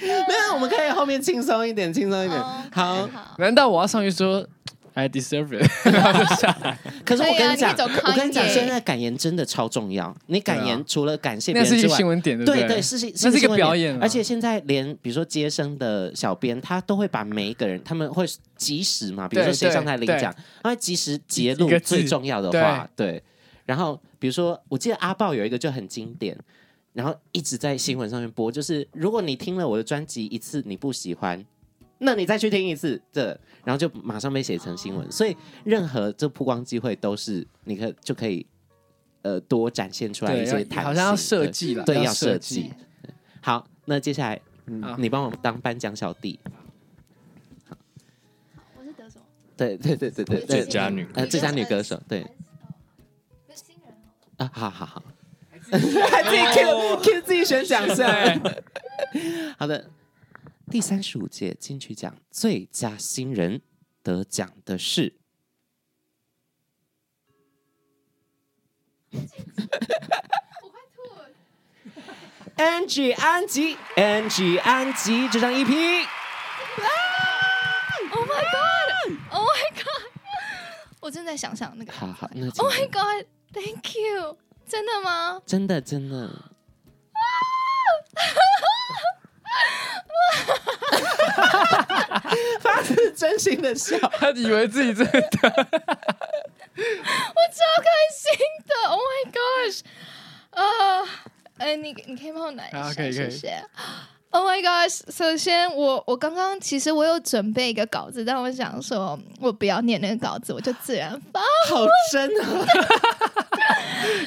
Speaker 1: 没有，我们可以后面轻松一点，轻松一点。好，
Speaker 4: 难道我要上去说， I deserve it，然后就下来。
Speaker 1: 可是我
Speaker 2: 对
Speaker 1: 跟
Speaker 2: 啊
Speaker 1: 你讲，
Speaker 2: 你可以走
Speaker 1: 我跟你讲，
Speaker 2: 康也
Speaker 1: 现在感言真的超重要。你感
Speaker 4: 对
Speaker 1: 言
Speaker 4: 啊
Speaker 1: 除了感谢别人
Speaker 4: 那是一
Speaker 1: 之
Speaker 4: 个
Speaker 1: 外
Speaker 4: 新，闻点，对不
Speaker 1: 对
Speaker 4: 对
Speaker 1: 对，是是，
Speaker 4: 那是一个
Speaker 1: 新闻
Speaker 4: 表演啊
Speaker 1: 而且现在连比如说接生的小编，他都会把每一个人，他们会及时嘛，比如说
Speaker 4: 对
Speaker 1: 谁
Speaker 4: 对
Speaker 1: 上台领奖，他会及时揭露
Speaker 4: 一个字
Speaker 1: 最重要的话，对。然后比如说，我记得阿豹有一个就很经典。然后一直在新闻上面播，就是如果你听了我的专辑一次你不喜欢，那你再去听一次这，然后就马上被写成新
Speaker 4: 啊
Speaker 1: 闻。所以任何这曝光机会都是你可就可以呃多展现出来一些
Speaker 4: 对，
Speaker 1: 弹性，
Speaker 4: 要好像要设计了，
Speaker 1: 对对
Speaker 4: 要
Speaker 1: 要设计。好，那接下来、嗯
Speaker 4: 好
Speaker 1: 你帮我当颁奖小弟。
Speaker 2: 我是得什么？
Speaker 1: 对 对对对对
Speaker 3: 最
Speaker 1: 对，
Speaker 3: 佳女
Speaker 1: 呃最佳女歌手，对啊，好好好，还自己 Q Q 自己选奖 项。好的，第三十五届金曲奖最佳新人得奖的是。Angie 安吉，Angie 安吉这张 E EP，
Speaker 2: Oh my god! Oh my god! 我正在想象那个。
Speaker 1: 好好，那
Speaker 2: Oh my god! Thank you. 真的吗？
Speaker 1: 真的真的， 发自真心的笑，
Speaker 4: 他以为自己在
Speaker 2: 我超开心的！Oh my gosh！啊，呃，你你可以帮我拿一下，
Speaker 4: 好可以可
Speaker 2: 谢
Speaker 4: 以
Speaker 2: 谢。Oh my gosh！首先我，我刚刚其实我有准备一个稿子，但我想说，我不要念那个稿子，我就自然发。
Speaker 1: 好真哦！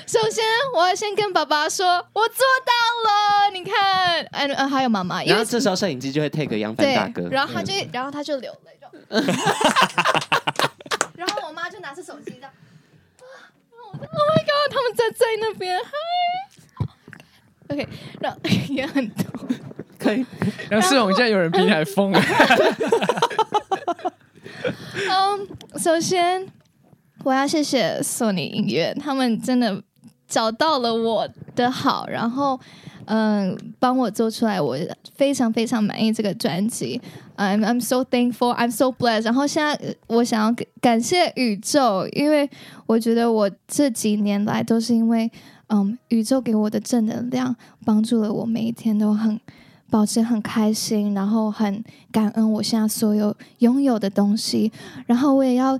Speaker 2: 首先，我要先跟爸爸说，我做到了，你看，哎、呃，还有妈妈，因
Speaker 1: 然
Speaker 2: 为
Speaker 1: 后这时候摄影机就会 take 杨帆
Speaker 2: 对
Speaker 1: 大哥，，嗯
Speaker 2: 然后他就，然后他就流 泪，就然后我妈就拿出手机这样。啊然后我就 Oh my god！他们站在那边，嗨，OK，然后 也很多。
Speaker 1: 可以，
Speaker 4: 然 后世宏现在有人比你还疯，
Speaker 2: 嗯，首先我要谢谢索尼音乐，他们真的找到了我的好，然后嗯，帮我做出来，我非常非常满意这个专辑。I'm I'm so thankful, I'm so blessed。然后现在呃我想要感感谢宇宙，因为我觉得我这几年来都是因为嗯宇宙给我的正能量，帮助了我每一天都很保持很开心，然后很感恩我现在所有拥有的东西。然后我也要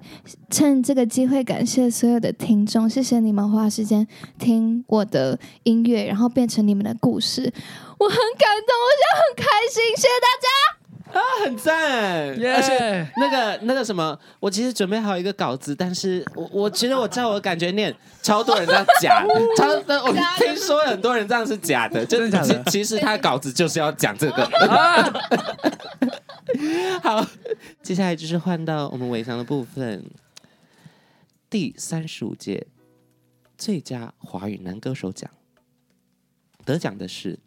Speaker 2: 趁这个机会感谢所有的听众，谢谢你们花时间听我的音乐，然后变成你们的故事，我很感动，我现在很开心，谢谢大家。
Speaker 1: 很赞，而且。
Speaker 4: 耶！
Speaker 1: 那个那个什么，我其实准备好一个稿子，但是我我觉得我照我的感觉念，超多人这样假，超那我 听说很多人这样是假的，就是
Speaker 4: 真的假的啊
Speaker 1: 其其实他稿子就是要讲这 个。 好，接下来就是换到我们伟翔的部分，第三十五届最佳华语男歌手奖，得奖的是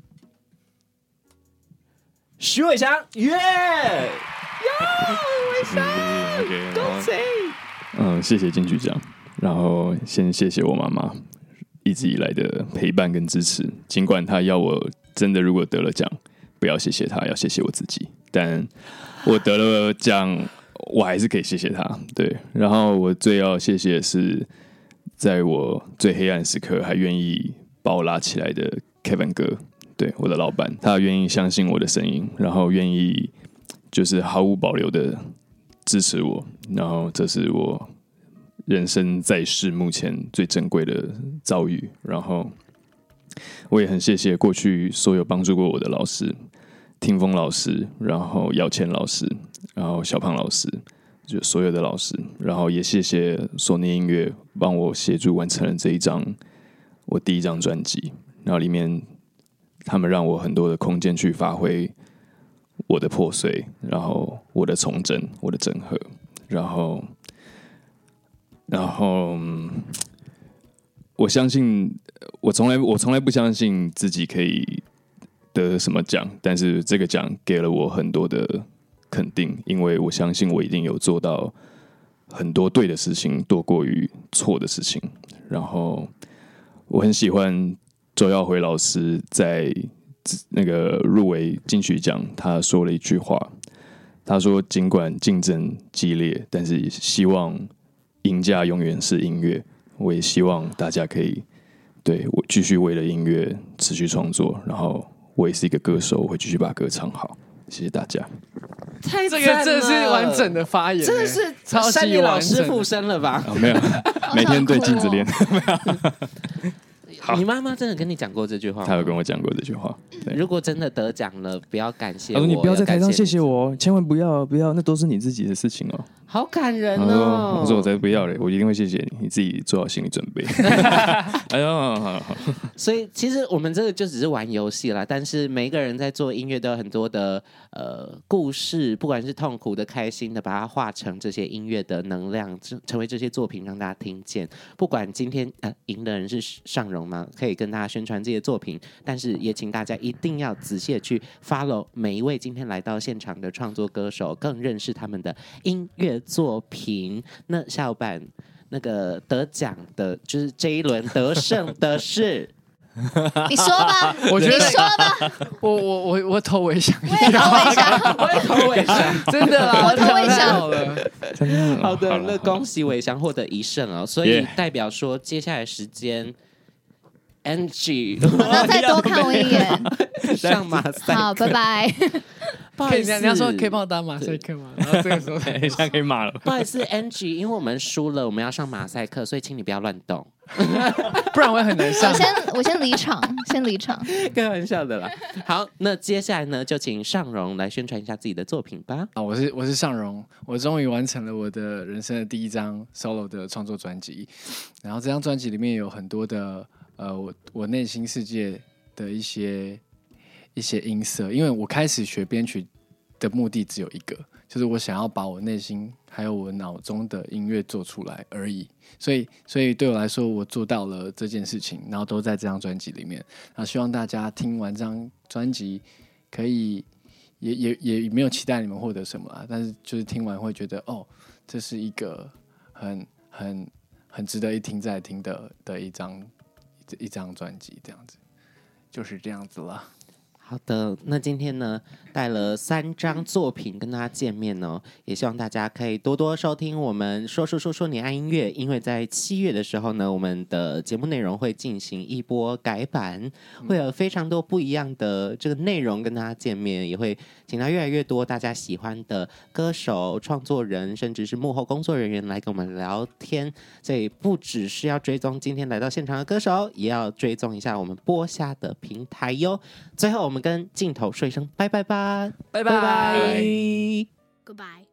Speaker 1: 徐伟翔，耶、
Speaker 3: OK，然后
Speaker 1: 谁？
Speaker 3: 嗯，谢谢金曲奖，然后先谢谢我妈妈一直以来的陪伴跟支持。尽管她要我真的如果得了奖，不要谢谢她，要谢谢我自己。但我得了奖，我还是可以谢谢她。对，然后我最要谢谢的是，在我最黑暗时刻还愿意把我拉起来的 Kevin 哥，对我的老板，他愿意相信我的声音，然后愿意就是毫无保留的支持我，然后这是我人生在世目前最珍贵的遭遇。然后我也很谢谢过去所有帮助过我的老师，听风老师，然后姚谦老师，然后小胖老师，就所有的老师，然后也谢谢索尼音乐帮我协助完成了这一张我第一张专辑，然后里面他们让我很多的空间去发挥。我的破碎，然后我的重整，我的整合，然后，然后，嗯我相信，我从来我从来不相信自己可以得什么奖，但是这个奖给了我很多的肯定，因为我相信我一定有做到很多对的事情，多过于错的事情。然后，我很喜欢周耀辉老师在那个入围金曲奖，他说了一句话，他说，尽管竞争激烈，但是希望赢家永远是音乐。我也希望大家可以对我继续为了音乐持续创作，然后我也是一个歌手，我会继续把歌唱好。谢谢大家。
Speaker 1: 太
Speaker 4: 这个真的是完整的发言欸，
Speaker 1: 真的是
Speaker 4: 超级
Speaker 1: 山里老
Speaker 4: 完整
Speaker 1: 师附身了吧？
Speaker 3: 啊，没有，每天对镜子 练。好
Speaker 1: 你妈妈真的跟你讲过这句话吗？
Speaker 3: 他有跟我讲过这句话。对
Speaker 1: 如果真的得奖了，不要感谢
Speaker 3: 他
Speaker 1: 我，
Speaker 3: 说：“你不要在台上谢
Speaker 1: 感
Speaker 3: 谢我哦，千万不要不要，那都是你自己的事情哦。
Speaker 1: 你，好感”人
Speaker 3: 他说：“
Speaker 1: 哦。
Speaker 3: 我说我才不要嘞，我一定会谢谢你，你自己做好心理 准备。”哎呦，好好好
Speaker 1: 所以其实我们这个就只是玩游戏啦，但是每一个人在做音乐都有很多的呃故事，不管是痛苦的、开心的，把它化成这些音乐的能量，成成为这些作品让大家听见。不管今天呃赢的人是尚荣吗？可以跟大家宣传这些作品，但是也请大家一定要仔细的去 follow 每一位今天来到现场的创作歌手，更认识他们的音乐作品。那下午版那个得奖的，就是这一轮得胜的是
Speaker 2: 你说吧，
Speaker 4: 我觉得
Speaker 2: 你说吧，
Speaker 4: 我我我我头微 想一
Speaker 2: 我也
Speaker 4: 下，
Speaker 2: 投一下。
Speaker 1: 头尾翔。
Speaker 4: 真的啦，
Speaker 2: 我头微想
Speaker 4: 太好了，
Speaker 3: 真的
Speaker 1: 哦好的，那恭喜伟翔获得一胜 啊！所以
Speaker 3: Yeah
Speaker 1: 代表说，接下来时间，Angie
Speaker 2: 好，那再多看我一眼。
Speaker 1: 上马赛，
Speaker 2: 好，拜拜。
Speaker 1: 不好
Speaker 4: 可以
Speaker 1: 意
Speaker 4: 这
Speaker 1: 思，
Speaker 4: 样，你要说可以帮我打马赛克吗？然后这个时候，
Speaker 3: 现在可以骂了。
Speaker 1: 不好意思，Angie，因为我们输了，我们要上马赛克，所以请你不要乱动，
Speaker 4: 不然我也很难上
Speaker 2: 我。先我先离场，先离场。
Speaker 1: 开玩笑的啦。好，那接下来呢，就请尚荣来宣传一下自己的作品吧。
Speaker 4: 啊，我是我是尚荣，我终于完成了我的人生的第一张 solo 的创作专辑，然后这张专辑里面有很多的呃，我我内心世界的一些一些音色，因为我开始学编曲的目的只有一个，就是我想要把我内心还有我脑中的音乐做出来而已，所以所以对我来说，我做到了这件事情，然后都在这张专辑里面，然后希望大家听完这张专辑可以。也也也没有期待你们获得什么啊，但是就是听完会觉得哦，这是一个很很很值得一听再听的的一张一一张专辑，这样子就是这样子了。
Speaker 1: 好的，那今天呢带了三张作品跟大家见面哦，也希望大家可以多多收听我们说说说说你爱音乐，因为在七月的时候呢，我们的节目内容会进行一波改版，会有非常多不一样的这个内容跟大家见面，也会请到越来越多大家喜欢的歌手、创作人，甚至是幕后工作人员来跟我们聊天。所以不只是要追踪今天来到现场的歌手，也要追踪一下我们播下的平台哟。最后，我们跟镜头说一声拜拜吧，
Speaker 4: 拜
Speaker 1: 拜拜
Speaker 6: Goodbye.